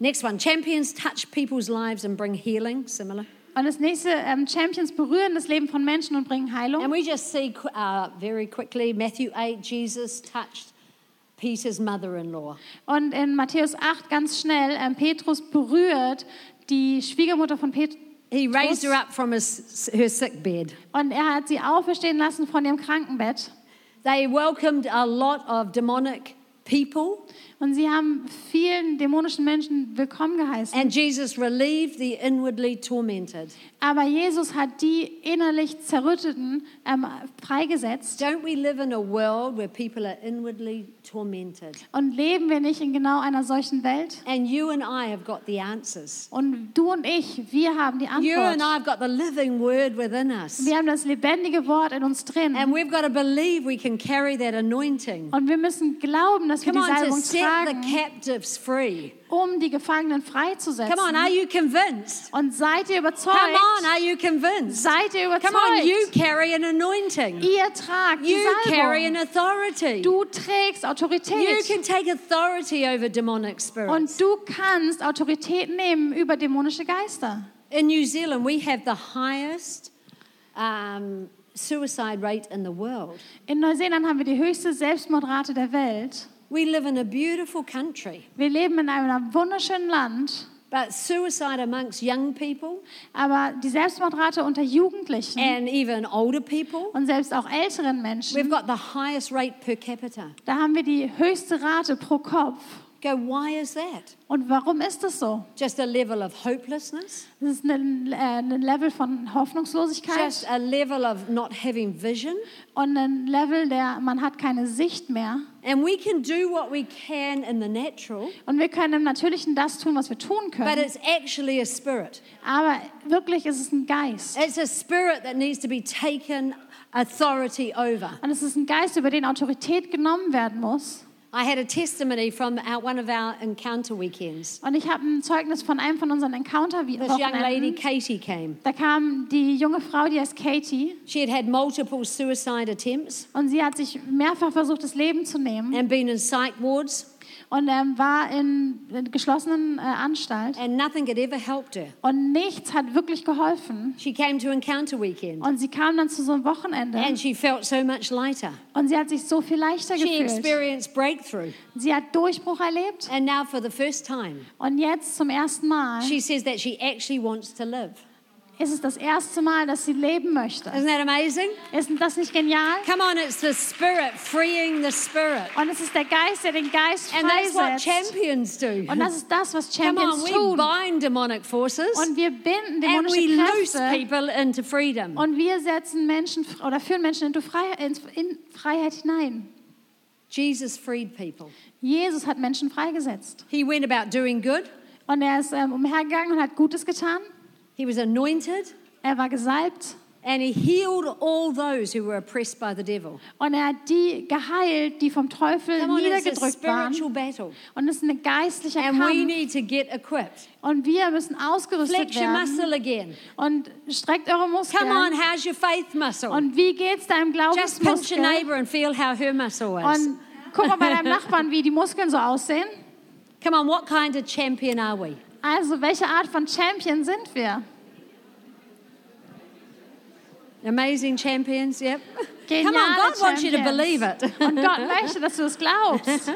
Speaker 2: Next one champions touch people's lives and bring healing, similar.
Speaker 3: Und das nächste, ähm, Champions berühren das Leben von Menschen und bringen
Speaker 2: And
Speaker 3: Heilung.
Speaker 2: we just see qu- uh, very quickly Matthew 8, Jesus touched Peter's mother in law.
Speaker 3: Und in Matthäus 8 ganz schnell, ähm, Petrus berührt die Schwiegermutter von Petrus
Speaker 2: He raised her up from his, her sick bed.
Speaker 3: und er hat sie auferstehen lassen von ihrem Krankenbett.
Speaker 2: They welcomed a lot of demonic people,
Speaker 3: Und sie haben vielen dämonischen Menschen willkommen geheißen.
Speaker 2: and Jesus relieved the inwardly tormented.
Speaker 3: Aber Jesus hat die innerlich Zerrütteten ähm, freigesetzt.
Speaker 2: Don't we live in a world where people are inwardly tormented?
Speaker 3: Und leben wir nicht in genau einer solchen Welt?
Speaker 2: And you and I have got the answers.
Speaker 3: Und du und ich, wir haben die
Speaker 2: You and I
Speaker 3: Antwort.
Speaker 2: have got the living word within us.
Speaker 3: Wir haben das lebendige Wort in uns drin.
Speaker 2: And we've got to believe we can carry that anointing.
Speaker 3: Und wir müssen glauben, dass wir
Speaker 2: Come
Speaker 3: die
Speaker 2: on, to
Speaker 3: Salbung
Speaker 2: set the
Speaker 3: tragen,
Speaker 2: captives free.
Speaker 3: um die Gefangenen
Speaker 2: Come on,
Speaker 3: freizusetzen.
Speaker 2: are you convinced?
Speaker 3: Und seid ihr
Speaker 2: Come on,
Speaker 3: überzeugt?
Speaker 2: are you convinced?
Speaker 3: Seid ihr
Speaker 2: Come on, you
Speaker 3: überzeugt?
Speaker 2: carry an anointing.
Speaker 3: Ihr tragt die
Speaker 2: You carry an
Speaker 3: Salbung.
Speaker 2: authority.
Speaker 3: Du trägst
Speaker 2: You
Speaker 3: Autorität.
Speaker 2: can take authority over demonic spirits.
Speaker 3: Und du kannst Autorität nehmen über dämonische Geister.
Speaker 2: In New Zealand, we have the highest um, suicide rate in the world.
Speaker 3: In Neuseeland haben wir die höchste Selbstmordrate der Welt.
Speaker 2: We live in a beautiful country,
Speaker 3: Wir leben in einem wunderschönen Land,
Speaker 2: but suicide amongst young people
Speaker 3: aber die Selbstmordrate unter Jugendlichen
Speaker 2: and even older people,
Speaker 3: und selbst auch älteren Menschen,
Speaker 2: we've got the highest rate per capita.
Speaker 3: da haben wir die höchste Rate pro Kopf.
Speaker 2: Go, why is that?
Speaker 3: Und warum ist das so?
Speaker 2: Just a level of hopelessness,
Speaker 3: Das ist ein, äh, ein Level von
Speaker 2: just
Speaker 3: Hoffnungslosigkeit
Speaker 2: a level of not having vision.
Speaker 3: und ein Level, der man hat keine Sicht mehr.
Speaker 2: And we can do what we can in the natural,
Speaker 3: Und wir können im Natürlichen das tun, was wir tun
Speaker 2: but
Speaker 3: können.
Speaker 2: it's actually a spirit.
Speaker 3: Aber wirklich ist es ein Geist.
Speaker 2: It's a spirit that needs to be taken authority over.
Speaker 3: Und es ist ein Geist, über den Autorität genommen werden muss.
Speaker 2: I had a testimony from our, one of our encounter weekends.
Speaker 3: Und ich habe ein Zeugnis von einem von unseren Oh,
Speaker 2: This young lady,
Speaker 3: Encounter-Wochenenden.
Speaker 2: Katie, came.
Speaker 3: Da kam die junge Frau, die heißt Katie,
Speaker 2: She had had multiple suicide attempts
Speaker 3: und sie hat sich mehrfach versucht, das Leben zu nehmen
Speaker 2: and been in psych wards,
Speaker 3: und ähm, war in, in geschlossenen äh, Anstalt.
Speaker 2: and nothing had ever helped her.
Speaker 3: Und nichts hat wirklich geholfen.
Speaker 2: She came to Encounter Weekend
Speaker 3: Und sie kam dann zu so einem Wochenende
Speaker 2: and she felt so much lighter.
Speaker 3: und sie hat sich so viel leichter
Speaker 2: She
Speaker 3: gefühlt.
Speaker 2: experienced breakthrough,
Speaker 3: Sie hat Durchbruch erlebt
Speaker 2: and now for the first time,
Speaker 3: und jetzt zum ersten Mal
Speaker 2: she says that she actually wants to live.
Speaker 3: ist es das erste Mal, dass sie leben möchte.
Speaker 2: Isn't that amazing?
Speaker 3: Ist das nicht genial?
Speaker 2: Come on, it's the spirit freeing the spirit.
Speaker 3: Und es ist der Geist, der den Geist
Speaker 2: And that's what
Speaker 3: freisetzt.
Speaker 2: champions do.
Speaker 3: Und das ist das, was
Speaker 2: Come on,
Speaker 3: Champions
Speaker 2: we
Speaker 3: tun.
Speaker 2: bind demonic forces
Speaker 3: Und wir binden
Speaker 2: and we
Speaker 3: dämonische
Speaker 2: loose
Speaker 3: Kräfte
Speaker 2: people into freedom.
Speaker 3: und wir setzen Menschen fr- oder führen Menschen in Freiheit, ins- in Freiheit hinein.
Speaker 2: Jesus freed people.
Speaker 3: Jesus hat Menschen freigesetzt.
Speaker 2: He went about doing good.
Speaker 3: Und er ist ähm, umhergegangen und hat Gutes getan.
Speaker 2: He was anointed
Speaker 3: Er war gesalbt.
Speaker 2: and he healed all those who were oppressed by the devil.
Speaker 3: Und er hat die geheilt, die vom Teufel
Speaker 2: Come on, it's a
Speaker 3: niedergedrückt
Speaker 2: spiritual
Speaker 3: waren.
Speaker 2: battle.
Speaker 3: Und es ist ein geistlicher
Speaker 2: And we
Speaker 3: Kampf.
Speaker 2: need to get equipped.
Speaker 3: Und wir müssen ausgerüstet
Speaker 2: Flex your
Speaker 3: werden.
Speaker 2: muscle again.
Speaker 3: Und streckt eure
Speaker 2: Come on,
Speaker 3: Muskeln.
Speaker 2: how's your faith muscle?
Speaker 3: Und wie geht's deinem
Speaker 2: Just pinch your
Speaker 3: Glaubensmuskel?
Speaker 2: neighbor and feel how her muscle is.
Speaker 3: Und guck mal bei deinem Nachbarn, wie die Muskeln so aussehen.
Speaker 2: Come on, what kind of champion are we?
Speaker 3: Also, welche Art von Champion sind wir?
Speaker 2: Amazing champions, yep.
Speaker 3: Geniale
Speaker 2: Come on, God wants you to
Speaker 3: Champions.
Speaker 2: believe it.
Speaker 3: Und Gott möchte, dass du es glaubst.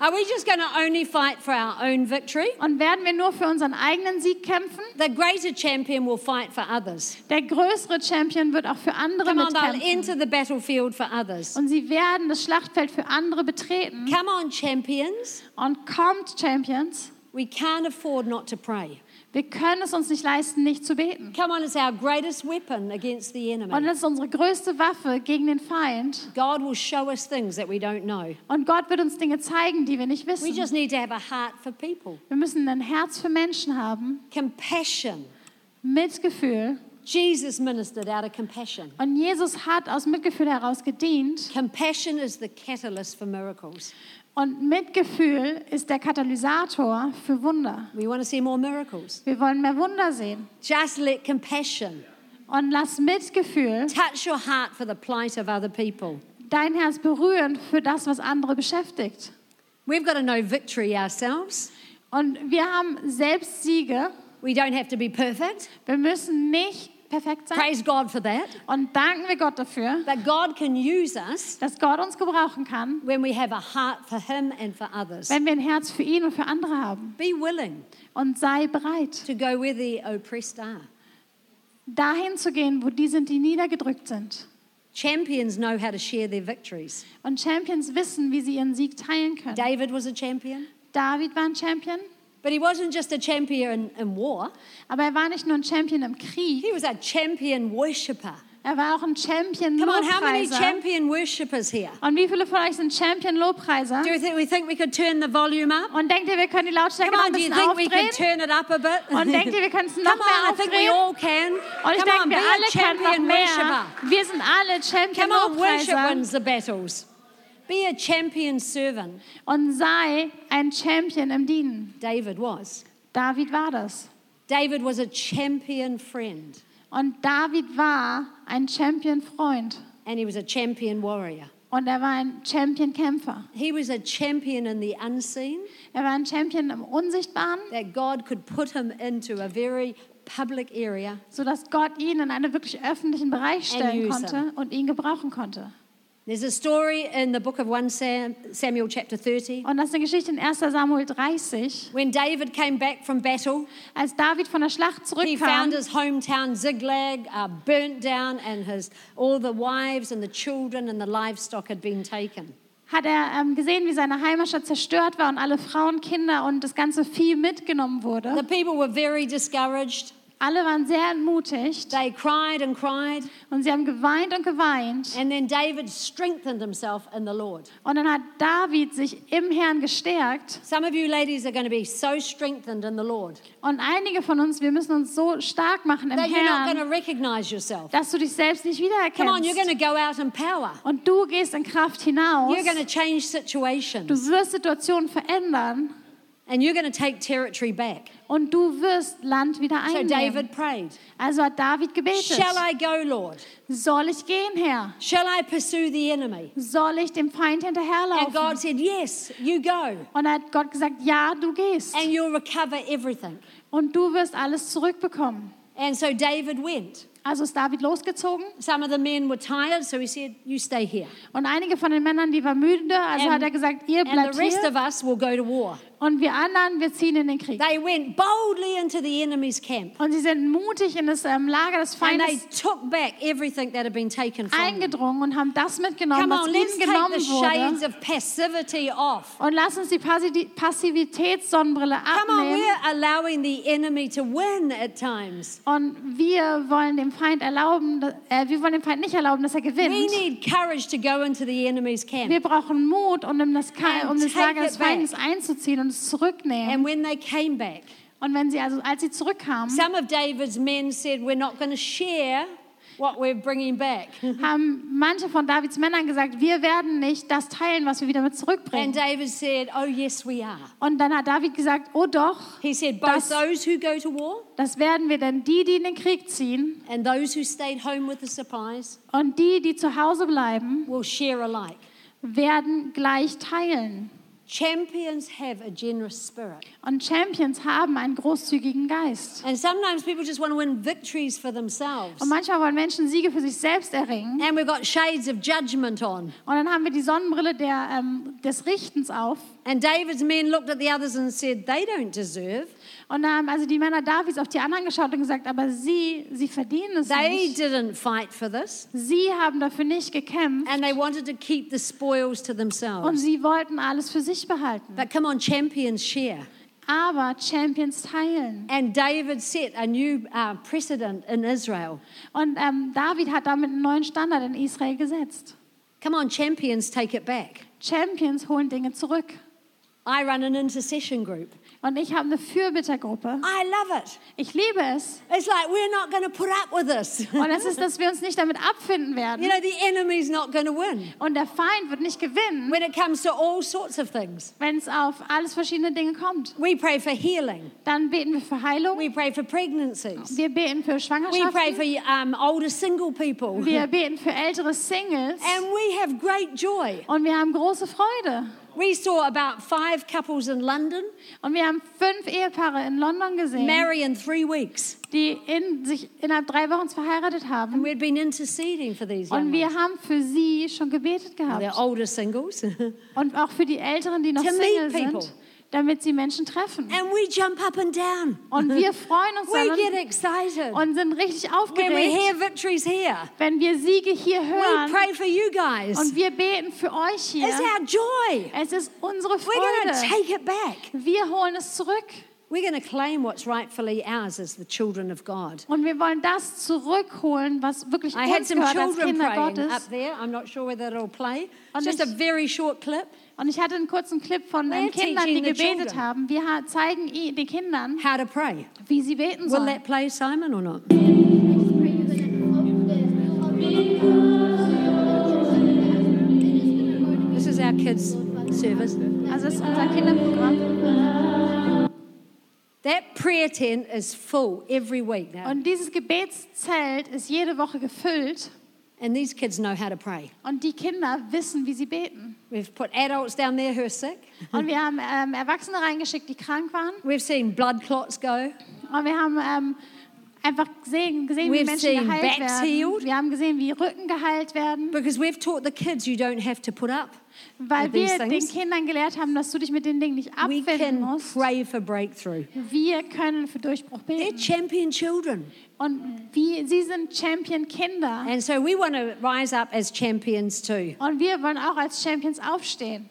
Speaker 2: Are we just going to only fight for our own victory?
Speaker 3: Und werden wir nur für unseren eigenen Sieg kämpfen?
Speaker 2: The greater champion will fight for others.
Speaker 3: Der größere Champion wird auch für andere
Speaker 2: Come on, they'll
Speaker 3: mitkämpfen.
Speaker 2: enter the battlefield for others.
Speaker 3: Und sie werden das Schlachtfeld für andere betreten.
Speaker 2: Come on, champions.
Speaker 3: Und kommt, Champions,
Speaker 2: We can't afford not to pray.
Speaker 3: wir können es uns nicht leisten, nicht zu beten.
Speaker 2: Come on, it's our greatest weapon against the
Speaker 3: Und
Speaker 2: enemy.
Speaker 3: das ist unsere größte Waffe gegen den Feind.
Speaker 2: God will show us things that we don't know.
Speaker 3: Und Gott wird uns Dinge zeigen, die wir nicht
Speaker 2: We
Speaker 3: wissen.
Speaker 2: just need to have a heart for people,
Speaker 3: Wir müssen ein Herz für Menschen haben,
Speaker 2: compassion.
Speaker 3: Mitgefühl.
Speaker 2: Jesus ministered out of compassion.
Speaker 3: Und Jesus hat aus Mitgefühl heraus gedient.
Speaker 2: Compassion is the catalyst for miracles.
Speaker 3: Und Mitgefühl ist der Katalysator für Wunder.
Speaker 2: We want to see more miracles.
Speaker 3: Wir wollen mehr Wunder sehen.
Speaker 2: Just let compassion
Speaker 3: Und lass Mitgefühl
Speaker 2: touch your heart for the plight of other people.
Speaker 3: dein Herz berühren für das, was andere beschäftigt.
Speaker 2: We've got to know victory ourselves.
Speaker 3: Und wir haben selbst Siege.
Speaker 2: We don't have to be perfect.
Speaker 3: Wir müssen nicht perfekt sein.
Speaker 2: Praise God for that.
Speaker 3: Und danken wir Gott dafür,
Speaker 2: But God can use us
Speaker 3: dass Gott uns gebrauchen kann,
Speaker 2: when we have a heart for Him and for others.
Speaker 3: wenn wir ein Herz für ihn und für andere haben.
Speaker 2: Be willing
Speaker 3: Und sei bereit,
Speaker 2: to go where the oppressed are.
Speaker 3: dahin zu gehen, wo die sind, die niedergedrückt sind.
Speaker 2: Champions know how to share their victories.
Speaker 3: Und Champions wissen, wie sie ihren Sieg teilen können.
Speaker 2: David was a champion,
Speaker 3: David war ein Champion,
Speaker 2: but he wasn't just a champion in war,
Speaker 3: aber er war nicht nur ein Champion im Krieg,
Speaker 2: he was a champion worshipper.
Speaker 3: er war auch ein Champion
Speaker 2: Come on, how many
Speaker 3: Lobpreiser.
Speaker 2: champion worshippers here?
Speaker 3: Und wie viele von euch sind Champion Lobpreiser?
Speaker 2: Do you think we think we could turn the volume up?
Speaker 3: Und denkt ihr, wir können die Lautstärke
Speaker 2: Come
Speaker 3: noch
Speaker 2: on,
Speaker 3: ein
Speaker 2: do you
Speaker 3: bisschen
Speaker 2: think we
Speaker 3: aufdrehen?
Speaker 2: could turn it up a bit?
Speaker 3: Und denkt ihr, wir können es noch
Speaker 2: Come on,
Speaker 3: mehr
Speaker 2: I think we
Speaker 3: aufdrehen?
Speaker 2: all can.
Speaker 3: Und ich
Speaker 2: Come
Speaker 3: denke,
Speaker 2: on, be
Speaker 3: wir alle
Speaker 2: a
Speaker 3: können noch
Speaker 2: champion
Speaker 3: mehr.
Speaker 2: worshiper.
Speaker 3: Wir sind alle Champion
Speaker 2: Come on, worship
Speaker 3: Lobpreiser
Speaker 2: wins the battles. Be a champion servant.
Speaker 3: und sei ein Champion im Dienen.
Speaker 2: David was.
Speaker 3: David war das.
Speaker 2: David was a champion friend,
Speaker 3: Und David war ein Champion-Freund
Speaker 2: and he was a champion warrior.
Speaker 3: und er war ein Champion-Kämpfer.
Speaker 2: He was a champion in the unseen
Speaker 3: Er war ein Champion im Unsichtbaren,
Speaker 2: that God could put him into a very public area.
Speaker 3: sodass Gott ihn in einen wirklich öffentlichen Bereich
Speaker 2: And
Speaker 3: stellen
Speaker 2: use
Speaker 3: konnte und ihn gebrauchen konnte.
Speaker 2: There's a story in the book of 1 Sam, Samuel, chapter 30.
Speaker 3: Und das ist eine Geschichte in 1 Samuel 30.
Speaker 2: When David came back from battle,
Speaker 3: Als David von der Schlacht
Speaker 2: he found
Speaker 3: zurückkam,
Speaker 2: his hometown Ziglag uh, burnt down, and his, all the wives and the children and the livestock had been taken.
Speaker 3: hat er ähm, gesehen, wie seine Heimatstadt zerstört war und alle Frauen, Kinder und das ganze Vieh mitgenommen
Speaker 2: The
Speaker 3: wurde.
Speaker 2: people were very discouraged.
Speaker 3: Alle waren sehr entmutigt
Speaker 2: They cried and cried.
Speaker 3: und sie haben geweint und geweint.
Speaker 2: And then David strengthened himself in the Lord.
Speaker 3: Und dann hat David sich im Herrn gestärkt.
Speaker 2: Some of you ladies are going to be so strengthened in the Lord
Speaker 3: Und einige von uns, wir müssen uns so stark machen im
Speaker 2: that you're not going
Speaker 3: Herrn,
Speaker 2: to recognize yourself.
Speaker 3: dass du dich selbst nicht
Speaker 2: Come on, you're going
Speaker 3: wiedererkennst.
Speaker 2: to go out in power.
Speaker 3: Und du gehst in Kraft hinaus.
Speaker 2: You're going to change situations
Speaker 3: Du wirst Situationen verändern
Speaker 2: and you're going to take territory back.
Speaker 3: und du wirst Land wieder
Speaker 2: So
Speaker 3: einnehmen.
Speaker 2: David prayed,
Speaker 3: Also hat David gebetet.
Speaker 2: Shall I go, Lord?
Speaker 3: Soll ich gehen, Herr?
Speaker 2: Shall I pursue the enemy?
Speaker 3: Soll ich dem Feind
Speaker 2: And
Speaker 3: hinterherlaufen?
Speaker 2: God said, Yes, you go,
Speaker 3: Und da hat Gott gesagt, ja, du gehst.
Speaker 2: and you'll recover everything.
Speaker 3: Und du wirst alles zurückbekommen.
Speaker 2: And so David went.
Speaker 3: Also ist David losgezogen
Speaker 2: Some of the men were tired, so he said, You stay here.
Speaker 3: und einige von den Männern, die waren müde, also
Speaker 2: And-
Speaker 3: hat er gesagt, ihr
Speaker 2: And
Speaker 3: bleibt
Speaker 2: the rest
Speaker 3: hier
Speaker 2: of us will go to war.
Speaker 3: und wir anderen, wir ziehen in den Krieg.
Speaker 2: They went boldly into the enemy's camp
Speaker 3: Und sie sind mutig in das ähm, Lager des
Speaker 2: and they
Speaker 3: Feindes
Speaker 2: took back everything that had been taken from them.
Speaker 3: eingedrungen und haben das mitgenommen,
Speaker 2: Come
Speaker 3: was
Speaker 2: on, let's
Speaker 3: ihnen
Speaker 2: take the
Speaker 3: genommen
Speaker 2: shades
Speaker 3: wurde.
Speaker 2: of passivity off.
Speaker 3: Und lass uns die Passi- Passivitätssonnenbrille
Speaker 2: Come on,
Speaker 3: abnehmen.
Speaker 2: we're allowing the enemy to win at times.
Speaker 3: Und wir wollen dem Feind erlauben, äh, wir wollen dem Feind nicht erlauben, dass er
Speaker 2: We
Speaker 3: gewinnt.
Speaker 2: need courage to go into the enemy's camp.
Speaker 3: Wir brauchen Mut, um in das, Ka-
Speaker 2: And
Speaker 3: um das
Speaker 2: take
Speaker 3: Lager des
Speaker 2: it back.
Speaker 3: Feindes einzuziehen und es zurücknehmen.
Speaker 2: And when they came back,
Speaker 3: Und wenn sie also, als sie zurückkamen,
Speaker 2: some of David's men said, We're not going to share what we're bringing back.
Speaker 3: haben manche von Davids Männern gesagt, wir werden nicht das teilen, was wir wieder mit
Speaker 2: And
Speaker 3: zurückbringen.
Speaker 2: David said, Oh, yes, we are.
Speaker 3: Und dann hat David gesagt, oh doch,
Speaker 2: He said, Both
Speaker 3: Das-
Speaker 2: those who go to war
Speaker 3: das werden wir denn die, die in den Krieg ziehen
Speaker 2: and those who stayed home with the supplies
Speaker 3: und die, die zu Hause bleiben,
Speaker 2: will share alike.
Speaker 3: werden gleich teilen.
Speaker 2: Champions have a generous spirit.
Speaker 3: Und Champions haben einen großzügigen Geist.
Speaker 2: And sometimes people just want to win victories for themselves.
Speaker 3: Und manchmal wollen Menschen Siege für sich selbst erringen.
Speaker 2: And we've got shades of judgment on.
Speaker 3: Und dann haben wir die Sonnenbrille der, ähm, des Richtens auf.
Speaker 2: And David's men looked at the others and said, They don't deserve.
Speaker 3: Und da haben also die Männer Davids auf die anderen geschaut und gesagt, aber sie, sie verdienen es
Speaker 2: They
Speaker 3: nicht.
Speaker 2: didn't fight for this.
Speaker 3: Sie haben dafür nicht gekämpft
Speaker 2: And they wanted to keep the spoils to
Speaker 3: und
Speaker 2: themselves.
Speaker 3: sie wollten alles für sich behalten.
Speaker 2: But come on, champions share.
Speaker 3: Aber Champions teilen.
Speaker 2: And David set a new uh, precedent in Israel.
Speaker 3: Und ähm, David hat damit einen neuen Standard in Israel gesetzt.
Speaker 2: Come on, champions take it back.
Speaker 3: Champions holen Dinge zurück.
Speaker 2: I run an intercession group.
Speaker 3: Und ich habe eine Fürbittergruppe.
Speaker 2: I love it.
Speaker 3: Ich liebe es.
Speaker 2: It's like we're not going to put up with this.
Speaker 3: Und das ist, dass wir uns nicht damit abfinden
Speaker 2: You
Speaker 3: werden.
Speaker 2: know, the enemy's not going to win
Speaker 3: Und der Feind wird nicht gewinnen,
Speaker 2: when it comes to all sorts of things.
Speaker 3: wenn es auf alles verschiedene Dinge kommt.
Speaker 2: We pray for healing.
Speaker 3: Dann beten wir für Heilung.
Speaker 2: We pray for pregnancies.
Speaker 3: Wir beten für
Speaker 2: We pray
Speaker 3: Schwangerschaften.
Speaker 2: for um, older single people.
Speaker 3: Wir beten für ältere Singles.
Speaker 2: And we have great joy.
Speaker 3: Und wir haben große Freude.
Speaker 2: We saw about five couples in London
Speaker 3: Und wir haben fünf Ehepaare in London gesehen,
Speaker 2: marry in three weeks.
Speaker 3: die in, sich innerhalb drei Wochen verheiratet
Speaker 2: And
Speaker 3: haben.
Speaker 2: we'd been interceding for these young
Speaker 3: Und wir haben für sie schon gebetet
Speaker 2: ones. They're
Speaker 3: gehabt.
Speaker 2: older singles.
Speaker 3: Und auch für die Älteren, die noch
Speaker 2: To meet
Speaker 3: Single
Speaker 2: people.
Speaker 3: sind. damit sie Menschen treffen.
Speaker 2: And we jump up and down.
Speaker 3: Und wir freuen uns
Speaker 2: We get
Speaker 3: dann
Speaker 2: excited.
Speaker 3: und, und sind richtig
Speaker 2: When we
Speaker 3: aufgeregt,
Speaker 2: hear victories here,
Speaker 3: wenn wir Siege hier
Speaker 2: we
Speaker 3: hören.
Speaker 2: pray for you guys.
Speaker 3: Und wir beten für euch hier.
Speaker 2: It's our joy.
Speaker 3: Es ist unsere
Speaker 2: We're going to
Speaker 3: Freude.
Speaker 2: take it back.
Speaker 3: Wir holen es zurück.
Speaker 2: We're going to claim what's rightfully ours as the children of God.
Speaker 3: Und wir wollen das zurückholen, was wirklich
Speaker 2: I had
Speaker 3: uns
Speaker 2: some
Speaker 3: gehört als
Speaker 2: children
Speaker 3: Kinder
Speaker 2: praying up
Speaker 3: Gottes.
Speaker 2: there. I'm not sure whether it'll play.
Speaker 3: Und
Speaker 2: Just a
Speaker 3: ich-
Speaker 2: very short clip.
Speaker 3: Und ich hatte einen kurzen Clip von
Speaker 2: We're
Speaker 3: den Kindern, die
Speaker 2: teaching the
Speaker 3: gebetet
Speaker 2: children.
Speaker 3: haben. Wir ha- zeigen i- den Kindern,
Speaker 2: How to pray.
Speaker 3: wie sie beten
Speaker 2: Will
Speaker 3: sollen.
Speaker 2: that play, Simon, or not? This is our kids' service.
Speaker 3: Also das ist unser Kinderprogramm.
Speaker 2: That prayer tent is full every week now.
Speaker 3: Und dieses Gebetszelt ist jede Woche gefüllt.
Speaker 2: And these kids know how to pray.
Speaker 3: Und die Kinder wissen, wie sie beten.
Speaker 2: We've put adults down there who are sick.
Speaker 3: Und wir haben ähm, Erwachsene reingeschickt, die krank waren.
Speaker 2: We've seen blood clots go.
Speaker 3: Und wir haben ähm, einfach gesehen, gesehen wie
Speaker 2: We've
Speaker 3: Menschen
Speaker 2: seen
Speaker 3: geheilt
Speaker 2: backs
Speaker 3: werden.
Speaker 2: healed.
Speaker 3: Wir haben gesehen, wie Rücken geheilt werden,
Speaker 2: Because we've taught the kids you don't have to put up.
Speaker 3: weil
Speaker 2: with these
Speaker 3: wir den
Speaker 2: things.
Speaker 3: Kindern gelehrt haben, dass du dich mit den Dingen nicht
Speaker 2: We
Speaker 3: abfinden
Speaker 2: can
Speaker 3: musst.
Speaker 2: pray for breakthrough.
Speaker 3: Wir können für Durchbruch
Speaker 2: They're
Speaker 3: beten.
Speaker 2: champion children.
Speaker 3: Und wie, sie sind Champion-Kinder.
Speaker 2: And so we want to rise up as champions too.
Speaker 3: Und wir wollen auch als Champions aufstehen.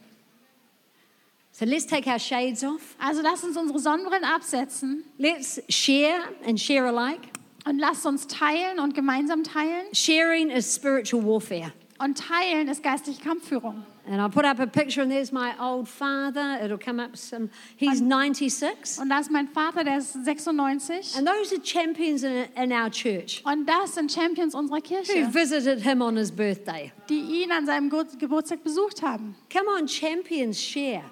Speaker 2: So let's take our shades off.
Speaker 3: Also lass uns unsere Sonnenbrillen absetzen
Speaker 2: Let's share and share alike.
Speaker 3: und lass uns teilen und gemeinsam teilen.
Speaker 2: Sharing is spiritual warfare.
Speaker 3: Und teilen ist geistliche Kampfführung.
Speaker 2: And I'll put up a picture, and there's my old father. It'll come up some. He's 96.
Speaker 3: Und da ist mein Vater, der ist 96.
Speaker 2: And those are champions in, in our church
Speaker 3: Und das sind Champions unserer
Speaker 2: who
Speaker 3: Kirche.
Speaker 2: visited him on his birthday.
Speaker 3: die ihn an seinem Gu- Geburtstag besucht haben.
Speaker 2: Come on, champions share.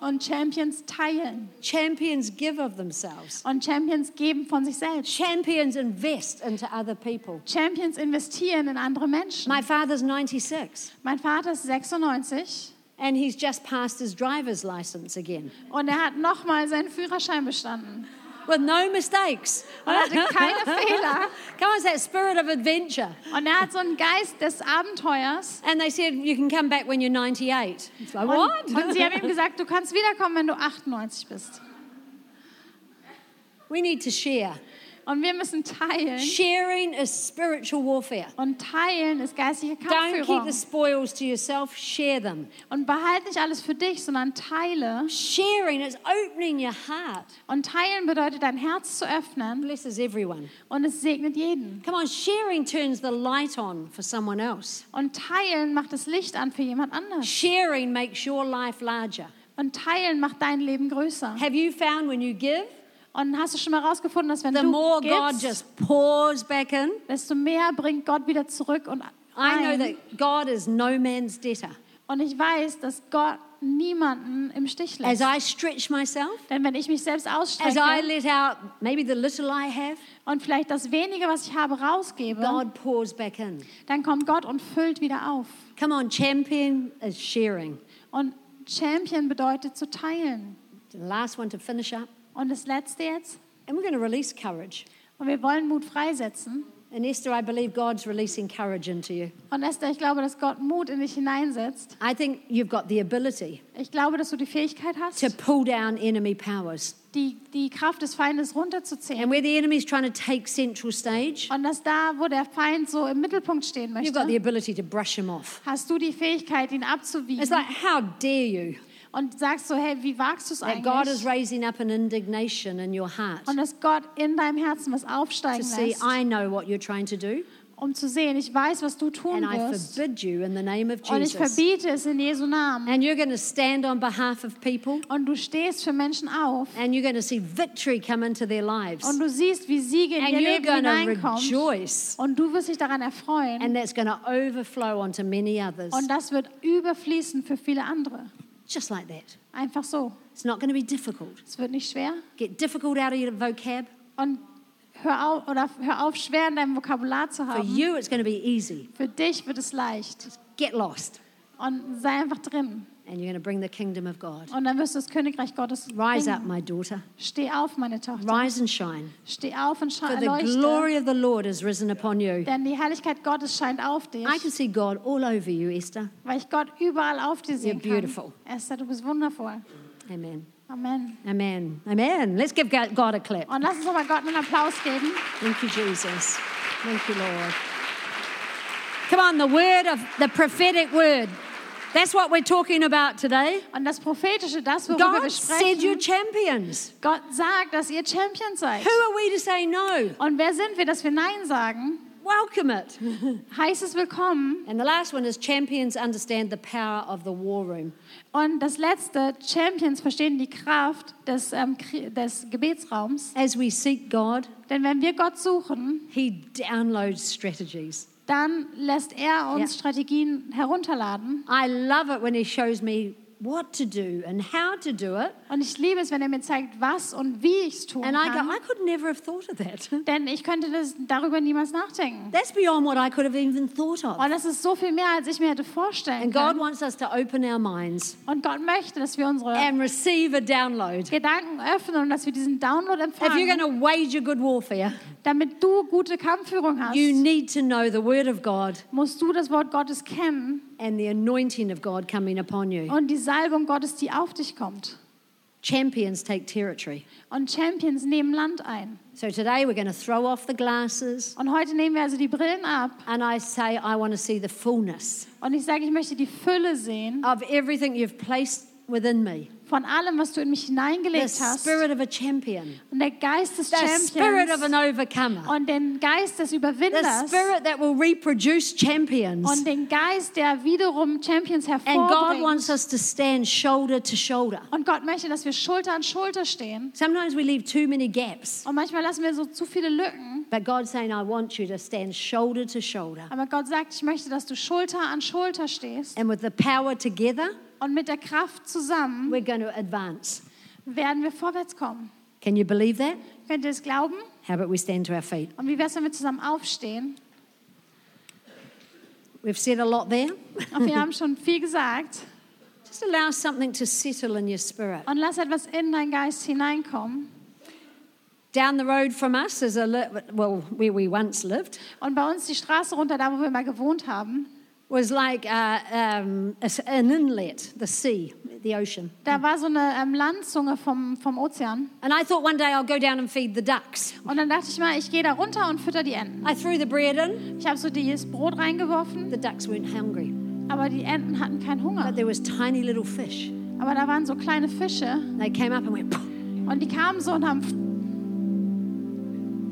Speaker 3: Und Champions teilen.
Speaker 2: Champions give of themselves.
Speaker 3: Und Champions geben von sich selbst.
Speaker 2: Champions invest into other people.
Speaker 3: Champions investieren in andere Menschen.
Speaker 2: My father's 96,
Speaker 3: Mein Vater ist 96
Speaker 2: and he's just passed his driver's license again
Speaker 3: und er hat nochmal seinen Führerschein bestanden.
Speaker 2: with no mistakes.
Speaker 3: Und hatte keine Fehler.
Speaker 2: Come on, it's that spirit of adventure.
Speaker 3: Und er hat so einen Geist des Abenteuers.
Speaker 2: And they said, You can come back when you're 98. It's like,
Speaker 3: Und,
Speaker 2: what?
Speaker 3: und sie haben ihm gesagt, du kannst wiederkommen, wenn du 98 bist.
Speaker 2: we need to share.
Speaker 3: Und wir müssen teilen.
Speaker 2: Sharing is spiritual warfare.
Speaker 3: Und teilen ist geistliche
Speaker 2: Don't keep
Speaker 3: Kampfführung.
Speaker 2: the spoils to yourself, share them.
Speaker 3: Und behalte nicht alles für dich, sondern teile.
Speaker 2: Sharing is opening your heart,
Speaker 3: Und teilen bedeutet, dein Herz zu öffnen
Speaker 2: blesses everyone.
Speaker 3: und es segnet jeden.
Speaker 2: Come on, sharing turns the light on for someone else.
Speaker 3: Und teilen macht das Licht an für jemand anders.
Speaker 2: Sharing makes your life larger.
Speaker 3: Und teilen macht dein Leben größer.
Speaker 2: Have you found when you give,
Speaker 3: Und hast du schon mal rausgefunden, dass wenn
Speaker 2: the more
Speaker 3: du
Speaker 2: God
Speaker 3: gibst,
Speaker 2: just pours back in?
Speaker 3: desto mehr bringt Gott wieder zurück und
Speaker 2: I know
Speaker 3: ein.
Speaker 2: that God is no man's debtor.
Speaker 3: Und ich weiß, dass Gott niemanden im Stich
Speaker 2: As
Speaker 3: lässt.
Speaker 2: I stretch myself,
Speaker 3: Denn wenn ich mich selbst
Speaker 2: as I
Speaker 3: ausstrecke
Speaker 2: let out maybe the little I have,
Speaker 3: und vielleicht das Wenige, was ich habe, rausgebe,
Speaker 2: God pours back in.
Speaker 3: dann kommt Gott und füllt wieder auf.
Speaker 2: Come on, champion is sharing.
Speaker 3: Und Champion bedeutet zu teilen.
Speaker 2: The last one to finish up.
Speaker 3: Und das Letzte jetzt,
Speaker 2: And we're going to release courage.
Speaker 3: und wir wollen Mut freisetzen.
Speaker 2: And Esther, I believe God's releasing courage into you.
Speaker 3: Und Esther, ich glaube, dass Gott Mut in dich hineinsetzt.
Speaker 2: I think you've got the ability
Speaker 3: Ich glaube, dass du die Fähigkeit
Speaker 2: to
Speaker 3: hast,
Speaker 2: pull down enemy powers.
Speaker 3: die, die Kraft des Feindes
Speaker 2: And
Speaker 3: runterzuzählen.
Speaker 2: where the enemy's trying to take central stage,
Speaker 3: Und dass da, wo der Feind so im Mittelpunkt stehen
Speaker 2: you've got the
Speaker 3: möchte,
Speaker 2: ability to brush him off.
Speaker 3: hast du die Fähigkeit, ihn
Speaker 2: It's
Speaker 3: abzuwiegen.
Speaker 2: like, how dare you?
Speaker 3: Und sagst so, hey, wie wagst du es
Speaker 2: That God is
Speaker 3: eigentlich?
Speaker 2: raising up an indignation in your heart
Speaker 3: Und dass Gott in deinem Herzen was
Speaker 2: to
Speaker 3: aufsteigen
Speaker 2: see,
Speaker 3: lässt,
Speaker 2: I know what you're trying to do,
Speaker 3: um zu sehen, ich weiß, was du tun
Speaker 2: and I
Speaker 3: wirst.
Speaker 2: forbid you in the name of
Speaker 3: Und ich
Speaker 2: Jesus.
Speaker 3: verbiete es in Jesu Namen.
Speaker 2: And you're going to stand on behalf of people,
Speaker 3: Und du stehst für Menschen auf.
Speaker 2: and you're going to see victory come into their lives.
Speaker 3: Und du siehst, wie Siege in
Speaker 2: And
Speaker 3: ihr
Speaker 2: you're
Speaker 3: Leben
Speaker 2: going to
Speaker 3: hineinkommt.
Speaker 2: rejoice.
Speaker 3: Und du wirst dich daran erfreuen.
Speaker 2: And that's going to overflow onto many others.
Speaker 3: Und das wird überfließen für viele andere.
Speaker 2: Just like that.
Speaker 3: Einfach so.
Speaker 2: It's not going to be difficult.
Speaker 3: Es wird nicht schwer.
Speaker 2: Get difficult out of your vocab.
Speaker 3: Und hör auf, oder hör auf schwer in deinem Vokabular zu
Speaker 2: For
Speaker 3: haben.
Speaker 2: you, it's going to be easy.
Speaker 3: Für dich wird es leicht.
Speaker 2: Get lost.
Speaker 3: Und sei einfach drin.
Speaker 2: And you're going to bring the kingdom of God.
Speaker 3: Und dann wirst du das Königreich Gottes
Speaker 2: Rise
Speaker 3: bringen.
Speaker 2: up, my daughter.
Speaker 3: Steh auf, meine Tochter.
Speaker 2: Rise and shine.
Speaker 3: Steh auf und
Speaker 2: For
Speaker 3: schau
Speaker 2: the
Speaker 3: leuchte.
Speaker 2: glory of the Lord is risen upon you.
Speaker 3: Denn die Herrlichkeit Gottes scheint auf dich,
Speaker 2: I can see God all over you, Esther.
Speaker 3: weil ich Gott überall auf dir sehen kann.
Speaker 2: beautiful.
Speaker 3: Esther, du bist wundervoll.
Speaker 2: Amen.
Speaker 3: Amen.
Speaker 2: Amen. Amen. Let's give God God a clap.
Speaker 3: Und lass uns aber Gott einen Applaus geben.
Speaker 2: Thank you, Jesus. Thank you, Lord. Come on, the word of the prophetic word. That's what we're talking about today.
Speaker 3: Und das Prophetische, das, worüber wir
Speaker 2: God said you're
Speaker 3: sprechen,
Speaker 2: champions.
Speaker 3: Gott sagt, dass ihr Champions seid.
Speaker 2: Who are we to say no?
Speaker 3: Und wer sind wir, dass wir Nein sagen?
Speaker 2: Welcome it.
Speaker 3: Heißt es willkommen.
Speaker 2: And the last one is champions understand the power of the war room.
Speaker 3: Und das letzte, Champions verstehen die Kraft des, ähm, Krie- des Gebetsraums.
Speaker 2: As we seek God,
Speaker 3: Denn wenn wir Gott suchen,
Speaker 2: He downloads strategies.
Speaker 3: dann lässt er uns
Speaker 2: Ja.
Speaker 3: Strategien herunterladen.
Speaker 2: I love it when He shows me what to do and how to do it.
Speaker 3: Und ich liebe es, wenn er mir zeigt, was und wie ich es tun
Speaker 2: And I go, "Ah."
Speaker 3: kann.
Speaker 2: I could never have thought of that.
Speaker 3: Denn ich könnte das, darüber niemals nachdenken.
Speaker 2: That's beyond what I could have even thought of.
Speaker 3: Und das ist so viel mehr, als ich mir hätte vorstellen
Speaker 2: And God
Speaker 3: können.
Speaker 2: wants us to open our minds
Speaker 3: Und Gott möchte, dass wir unsere
Speaker 2: and receive a download.
Speaker 3: Gedanken öffnen und dass wir diesen Download
Speaker 2: If you're
Speaker 3: empfangen,
Speaker 2: going to wage a good warfare,
Speaker 3: damit du gute Kampfführung hast.
Speaker 2: you need to know the word of God
Speaker 3: musst du das Wort Gottes kennen
Speaker 2: and the anointing of God coming upon you.
Speaker 3: und die Salbung Gottes, die auf dich kommt.
Speaker 2: Champions take territory.
Speaker 3: Und Champions nehmen Land ein.
Speaker 2: So today we're going to throw off the glasses
Speaker 3: Und heute nehmen wir also die Brillen ab
Speaker 2: and I say, I want to see the fullness
Speaker 3: und ich sage, ich möchte die Fülle sehen
Speaker 2: of everything you've placed within me.
Speaker 3: von allem, was du in mich
Speaker 2: The
Speaker 3: hineingelegt hast.
Speaker 2: spirit of a champion,
Speaker 3: Und der Geist des
Speaker 2: the spirit of an
Speaker 3: Champions
Speaker 2: overcomer,
Speaker 3: und den Geist des
Speaker 2: the
Speaker 3: Überwinders
Speaker 2: spirit that will reproduce champions.
Speaker 3: und den Geist, der wiederum Champions
Speaker 2: And God
Speaker 3: hervorbringt.
Speaker 2: wants us to stand shoulder to shoulder.
Speaker 3: Und Gott möchte, dass wir Schulter an Schulter stehen.
Speaker 2: Sometimes we leave too many gaps,
Speaker 3: Und manchmal lassen wir so zu viele Lücken.
Speaker 2: but God's saying, I want you to stand shoulder to shoulder.
Speaker 3: Aber Gott sagt, ich möchte, dass du Schulter an Schulter stehst.
Speaker 2: And with the power together,
Speaker 3: Und mit der Kraft zusammen
Speaker 2: we're going to advance.
Speaker 3: werden wir vorwärts kommen.
Speaker 2: Can you believe that?
Speaker 3: Könnt ihr es glauben?
Speaker 2: How about we stand to our feet?
Speaker 3: Und wie wäre es, wenn wir zusammen aufstehen?
Speaker 2: We've said a lot there.
Speaker 3: Und wir haben schon viel gesagt.
Speaker 2: Just allow something to settle in your spirit.
Speaker 3: Und lass etwas in deinen Geist hineinkommen.
Speaker 2: Down the road from us is a, li- well, where we once lived,
Speaker 3: Und bei uns die Straße runter, da wo wir mal gewohnt haben,
Speaker 2: was like uh, um, a s- an inlet, the sea, the ocean.
Speaker 3: da war so eine ähm, Landzunge vom, vom Ozean.
Speaker 2: And I thought one day I'll go down and feed the ducks.
Speaker 3: Und dann dachte ich mal, ich gehe da runter und fütter die Enten.
Speaker 2: I threw the bread in.
Speaker 3: Ich habe so dieses Brot reingeworfen,
Speaker 2: The ducks weren't hungry,
Speaker 3: aber die Enten hatten keinen
Speaker 2: but
Speaker 3: Hunger.
Speaker 2: there was tiny little fish.
Speaker 3: Aber da waren so kleine Fische
Speaker 2: They came up and went. "Poof."
Speaker 3: und die kamen so und haben...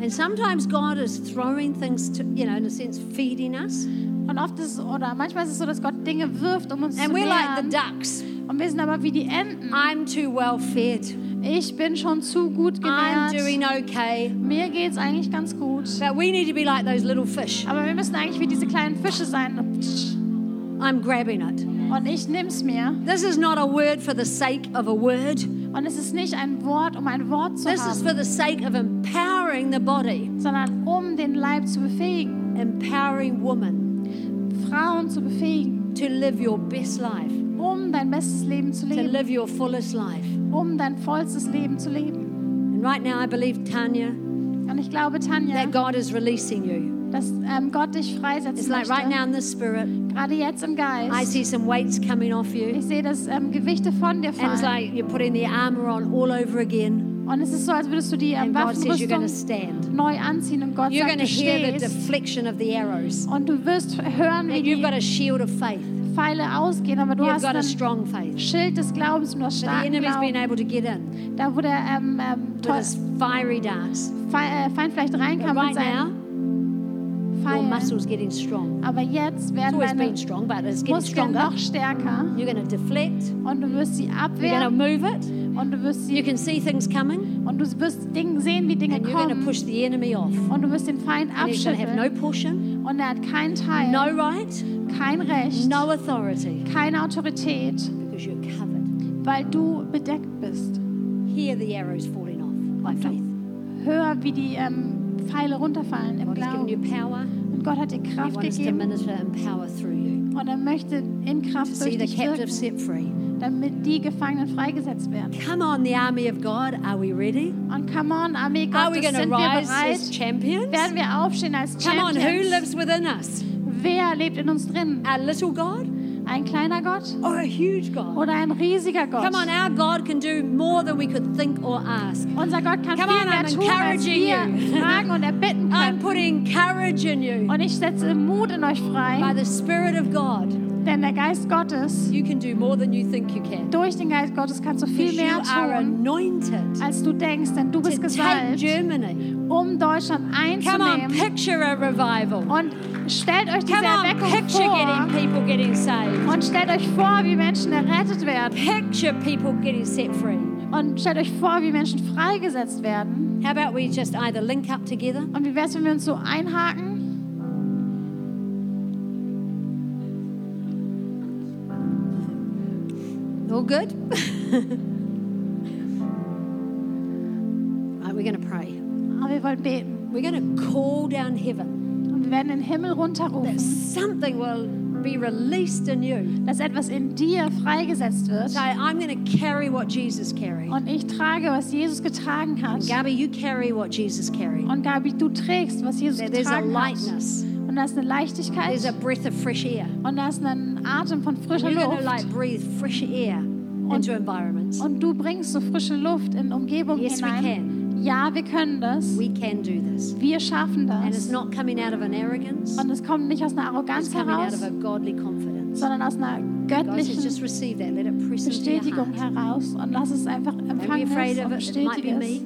Speaker 2: And sometimes God is throwing things to, you know, in a sense, feeding us.
Speaker 3: Und oft ist es, oder manchmal ist es so, dass Gott Dinge wirft, um uns zu
Speaker 2: And we're like the
Speaker 3: nähern.
Speaker 2: ducks.
Speaker 3: Und wir sind aber wie die Enten.
Speaker 2: I'm too well fed.
Speaker 3: Ich bin schon zu gut
Speaker 2: I'm
Speaker 3: genährt.
Speaker 2: doing okay.
Speaker 3: Mir geht's eigentlich ganz gut.
Speaker 2: But we need to be like those little fish.
Speaker 3: Aber wir müssen eigentlich wie diese kleinen Fische sein. Und
Speaker 2: I'm grabbing it.
Speaker 3: ich nimm's mir.
Speaker 2: This is not a word for the sake of a word.
Speaker 3: Und es ist nicht ein Wort, um ein Wort zu
Speaker 2: This is
Speaker 3: haben,
Speaker 2: for the sake of empowering the body,
Speaker 3: sondern um den Leib zu befähigen,
Speaker 2: empowering woman
Speaker 3: Frauen zu befähigen,
Speaker 2: to live your best life,
Speaker 3: um dein bestes Leben zu
Speaker 2: to
Speaker 3: leben,
Speaker 2: live your fullest life.
Speaker 3: um dein vollstes Leben zu leben.
Speaker 2: And right now, I believe, Tanya,
Speaker 3: Und ich glaube, Tanja,
Speaker 2: that God is releasing you.
Speaker 3: dass ähm, Gott dich freisetzen
Speaker 2: It's like right
Speaker 3: möchte.
Speaker 2: now in the spirit,
Speaker 3: Gerade jetzt im
Speaker 2: I
Speaker 3: Geist.
Speaker 2: see some weights coming off you.
Speaker 3: Ich sehe, dass ähm, Gewichte von dir
Speaker 2: And it's
Speaker 3: fallen.
Speaker 2: like you're putting the armor on all over again.
Speaker 3: Und es ist so, als würdest du die ähm,
Speaker 2: And God says you're going to
Speaker 3: Waffenrüstung
Speaker 2: stand.
Speaker 3: neu anziehen und Gott
Speaker 2: You're
Speaker 3: sagt,
Speaker 2: going to
Speaker 3: du
Speaker 2: hear the
Speaker 3: stehst
Speaker 2: deflection of the arrows.
Speaker 3: und du wirst hören, wie
Speaker 2: And you've
Speaker 3: die
Speaker 2: got a shield of faith.
Speaker 3: Pfeile ausgehen, aber du
Speaker 2: You've
Speaker 3: hast
Speaker 2: got a
Speaker 3: einen
Speaker 2: strong faith.
Speaker 3: Schild des Glaubens und du
Speaker 2: But
Speaker 3: hast
Speaker 2: the
Speaker 3: starken
Speaker 2: enemy's been
Speaker 3: Glauben.
Speaker 2: able to get in
Speaker 3: Da wo der ähm, ähm,
Speaker 2: with
Speaker 3: Teu-
Speaker 2: his fiery darts.
Speaker 3: Fe äh, Feind vielleicht
Speaker 2: But
Speaker 3: reinkam
Speaker 2: right
Speaker 3: mit seinen
Speaker 2: now, your
Speaker 3: Pfeilen.
Speaker 2: muscle's getting strong.
Speaker 3: Aber jetzt
Speaker 2: It's
Speaker 3: werden
Speaker 2: always
Speaker 3: deine
Speaker 2: been strong, but it's getting
Speaker 3: Muskeln
Speaker 2: stronger.
Speaker 3: noch stärker
Speaker 2: You're going to deflect.
Speaker 3: und du wirst sie
Speaker 2: You're going to
Speaker 3: abwehren
Speaker 2: move it.
Speaker 3: und du wirst
Speaker 2: You
Speaker 3: sie
Speaker 2: can see things coming.
Speaker 3: und du wirst Dinge sehen, wie Dinge
Speaker 2: And you're going to
Speaker 3: kommen
Speaker 2: push the enemy off.
Speaker 3: und du wirst den Feind
Speaker 2: And he's going to have no
Speaker 3: abschütteln
Speaker 2: portion,
Speaker 3: und er hat keinen Teil,
Speaker 2: no right,
Speaker 3: kein Recht,
Speaker 2: no authority
Speaker 3: keine Autorität,
Speaker 2: because you're covered.
Speaker 3: weil du bedeckt bist.
Speaker 2: Hear the arrows falling off by
Speaker 3: Und
Speaker 2: faith.
Speaker 3: du hör, wie die ähm, Pfeile runterfallen im
Speaker 2: God has given
Speaker 3: Glauben.
Speaker 2: you power.
Speaker 3: Und Gott hat dir
Speaker 2: He
Speaker 3: Kraft
Speaker 2: wants to
Speaker 3: gegeben
Speaker 2: minister and power through you
Speaker 3: und er möchte in
Speaker 2: to
Speaker 3: Kraft
Speaker 2: see
Speaker 3: durch
Speaker 2: the
Speaker 3: dich
Speaker 2: captive
Speaker 3: wirken,
Speaker 2: set free.
Speaker 3: damit die Gefangenen freigesetzt werden.
Speaker 2: Come on, the army of God. Are we ready?
Speaker 3: Und come on, Armee
Speaker 2: Are
Speaker 3: Gottes,
Speaker 2: we
Speaker 3: sind
Speaker 2: going
Speaker 3: wir
Speaker 2: to rise as
Speaker 3: bereit?
Speaker 2: champions?
Speaker 3: Werden wir aufstehen als
Speaker 2: Come on, who
Speaker 3: Champions?
Speaker 2: lives within us?
Speaker 3: Wer lebt in uns drin?
Speaker 2: Our little God?
Speaker 3: Ein Ein kleiner Gott
Speaker 2: or a huge God.
Speaker 3: oder ein riesiger Gott.
Speaker 2: Come on, our God can do more than we could think or ask.
Speaker 3: Unser Gott kann
Speaker 2: Come
Speaker 3: viel
Speaker 2: on,
Speaker 3: mehr
Speaker 2: I'm
Speaker 3: tun, als
Speaker 2: encouraging you.
Speaker 3: wir fragen und erbitten
Speaker 2: I'm
Speaker 3: können.
Speaker 2: putting courage in you.
Speaker 3: Und ich setze Mut in euch
Speaker 2: By
Speaker 3: frei,
Speaker 2: the Spirit of God,
Speaker 3: denn der Geist Gottes,
Speaker 2: you can do more than you think you can.
Speaker 3: durch den Geist Gottes kannst du viel
Speaker 2: Because you
Speaker 3: mehr
Speaker 2: are
Speaker 3: tun,
Speaker 2: anointed
Speaker 3: als du denkst, denn du
Speaker 2: to
Speaker 3: bist
Speaker 2: take
Speaker 3: gesalbt,
Speaker 2: Germany.
Speaker 3: um Deutschland
Speaker 2: Come on,
Speaker 3: einzunehmen.
Speaker 2: picture a revival.
Speaker 3: Und stellt euch diese
Speaker 2: Come on,
Speaker 3: Erweckung
Speaker 2: picture getting
Speaker 3: vor
Speaker 2: people getting saved.
Speaker 3: und stellt euch vor, wie Menschen errettet werden.
Speaker 2: Picture people getting set free.
Speaker 3: Und stellt euch vor, wie Menschen freigesetzt werden.
Speaker 2: How about we just either link up together?
Speaker 3: Und wie wäre es, wenn wir uns so einhaken?
Speaker 2: All good? right, we're going to pray.
Speaker 3: Aber wir wollen beten.
Speaker 2: We're going to call down heaven
Speaker 3: Und wir werden den Himmel
Speaker 2: that
Speaker 3: runterrufen,
Speaker 2: something will be released in you.
Speaker 3: dass etwas in dir freigesetzt wird.
Speaker 2: So I'm going to carry what Jesus carried.
Speaker 3: Und ich trage, was Jesus getragen hat.
Speaker 2: Gabby, you carry what Jesus carried.
Speaker 3: Und Gabi, du trägst, was Jesus
Speaker 2: There- There's a
Speaker 3: getragen hat.
Speaker 2: lightness.
Speaker 3: Und da ist eine
Speaker 2: There's a
Speaker 3: Leichtigkeit
Speaker 2: breath of fresh air.
Speaker 3: und da ist ein Atem von frischer
Speaker 2: You're going to like
Speaker 3: Luft.
Speaker 2: breathe fresh air into environments.
Speaker 3: Und du bringst so frische Luft in Umgebung
Speaker 2: Yes, we
Speaker 3: hinein. Ja, wir können das.
Speaker 2: We can do this.
Speaker 3: Wir schaffen
Speaker 2: And it's
Speaker 3: das.
Speaker 2: not coming out of an arrogance.
Speaker 3: Und es kommt nicht aus einer
Speaker 2: It's
Speaker 3: Arroganz
Speaker 2: coming out
Speaker 3: heraus,
Speaker 2: of a godly confidence.
Speaker 3: sondern aus einer
Speaker 2: God says,
Speaker 3: göttlichen
Speaker 2: just receive that. Let it press into your
Speaker 3: Bestätigung
Speaker 2: heart.
Speaker 3: heraus. Und lass es einfach
Speaker 2: Don't be
Speaker 3: empfangen
Speaker 2: afraid
Speaker 3: und
Speaker 2: of it. It might be
Speaker 3: bestätige es.
Speaker 2: me.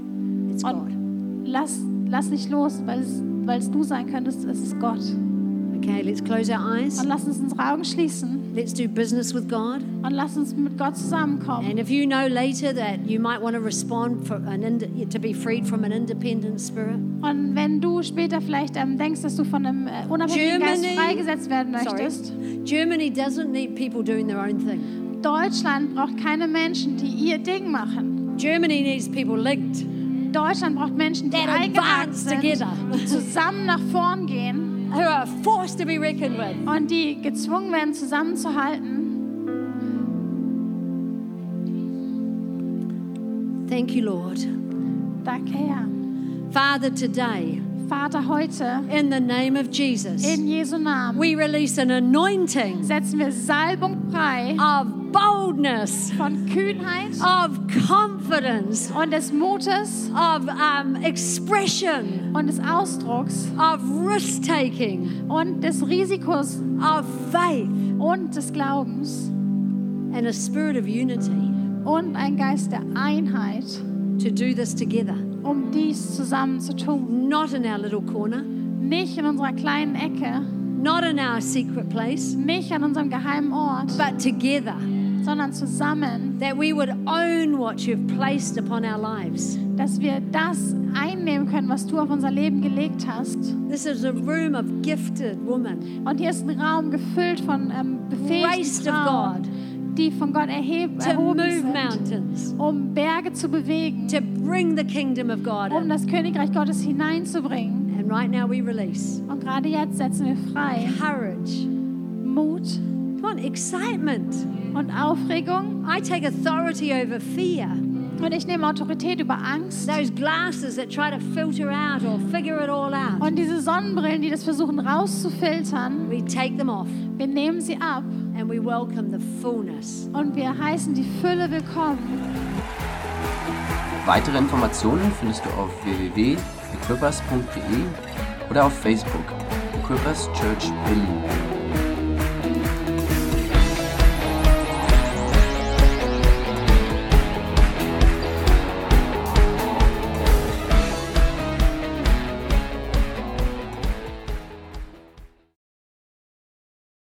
Speaker 2: It's God.
Speaker 3: Und lass, lass nicht los, weil es, weil es du sein könntest, es ist Gott. Und
Speaker 2: Okay, let's close our eyes.
Speaker 3: lass uns unsere Augen schließen
Speaker 2: Let's do business with God.
Speaker 3: und lass uns mit Gott zusammenkommen.
Speaker 2: And if you know later that you might want to respond for an ind- to be freed from an independent spirit,
Speaker 3: Und wenn du später vielleicht ähm, denkst, dass du von einem äh, unabhängigen Geist
Speaker 2: Germany-
Speaker 3: freigesetzt werden
Speaker 2: sorry,
Speaker 3: möchtest,
Speaker 2: Germany doesn't need people doing their own thing.
Speaker 3: Deutschland braucht keine Menschen, die ihr Ding machen.
Speaker 2: Germany needs people linked.
Speaker 3: Deutschland braucht Menschen, die
Speaker 2: That
Speaker 3: eingewagt
Speaker 2: advance
Speaker 3: sind,
Speaker 2: together.
Speaker 3: die zusammen nach vorn gehen
Speaker 2: who are forced to be reckoned with.
Speaker 3: und die gezwungen werden, zusammenzuhalten.
Speaker 2: Thank you, Lord.
Speaker 3: Danke, Herr.
Speaker 2: Father, today,
Speaker 3: Vater, heute
Speaker 2: in the name of Jesus,
Speaker 3: in Jesu Namen
Speaker 2: we release an anointing
Speaker 3: setzen wir Salbung frei
Speaker 2: of boldness,
Speaker 3: von Kühnheit
Speaker 2: of confidence,
Speaker 3: und des Mutes
Speaker 2: of um, expression,
Speaker 3: und des Ausdrucks
Speaker 2: of risk taking,
Speaker 3: und des Risikos
Speaker 2: of faith,
Speaker 3: und des Glaubens
Speaker 2: and a spirit of unity
Speaker 3: und ein Geist der Einheit,
Speaker 2: to do this together.
Speaker 3: um dies zusammen zu tun.
Speaker 2: Not in our little corner,
Speaker 3: Nicht in unserer kleinen Ecke,
Speaker 2: not in our secret place,
Speaker 3: nicht an unserem geheimen Ort,
Speaker 2: but together.
Speaker 3: sondern zusammen,
Speaker 2: That we would own what you've placed upon our lives.
Speaker 3: dass wir das einnehmen können, was du auf unser Leben gelegt hast.
Speaker 2: This is a room of gifted women.
Speaker 3: Und hier ist ein Raum gefüllt von ähm,
Speaker 2: Raised
Speaker 3: befähigten
Speaker 2: of God
Speaker 3: Frauen, die von Gott erheb
Speaker 2: to
Speaker 3: erhoben
Speaker 2: move
Speaker 3: sind,
Speaker 2: mountains,
Speaker 3: um Berge zu bewegen,
Speaker 2: to bring the kingdom of God
Speaker 3: um
Speaker 2: in.
Speaker 3: das Königreich Gottes hineinzubringen.
Speaker 2: And right now we release
Speaker 3: Und gerade jetzt setzen wir frei
Speaker 2: courage.
Speaker 3: Mut
Speaker 2: Come on, excitement.
Speaker 3: und Aufregung.
Speaker 2: I take authority over fear.
Speaker 3: Und ich nehme Autorität über Angst.
Speaker 2: Those glasses that try to filter out or figure it all out,
Speaker 3: Und diese Sonnenbrillen, die das versuchen rauszufiltern,
Speaker 2: we take them off
Speaker 3: wir nehmen sie ab
Speaker 2: and we welcome the fullness.
Speaker 3: und wir heißen die Fülle willkommen.
Speaker 1: Weitere Informationen findest du auf www.equippers.de oder auf Facebook Equippers Church Berlin.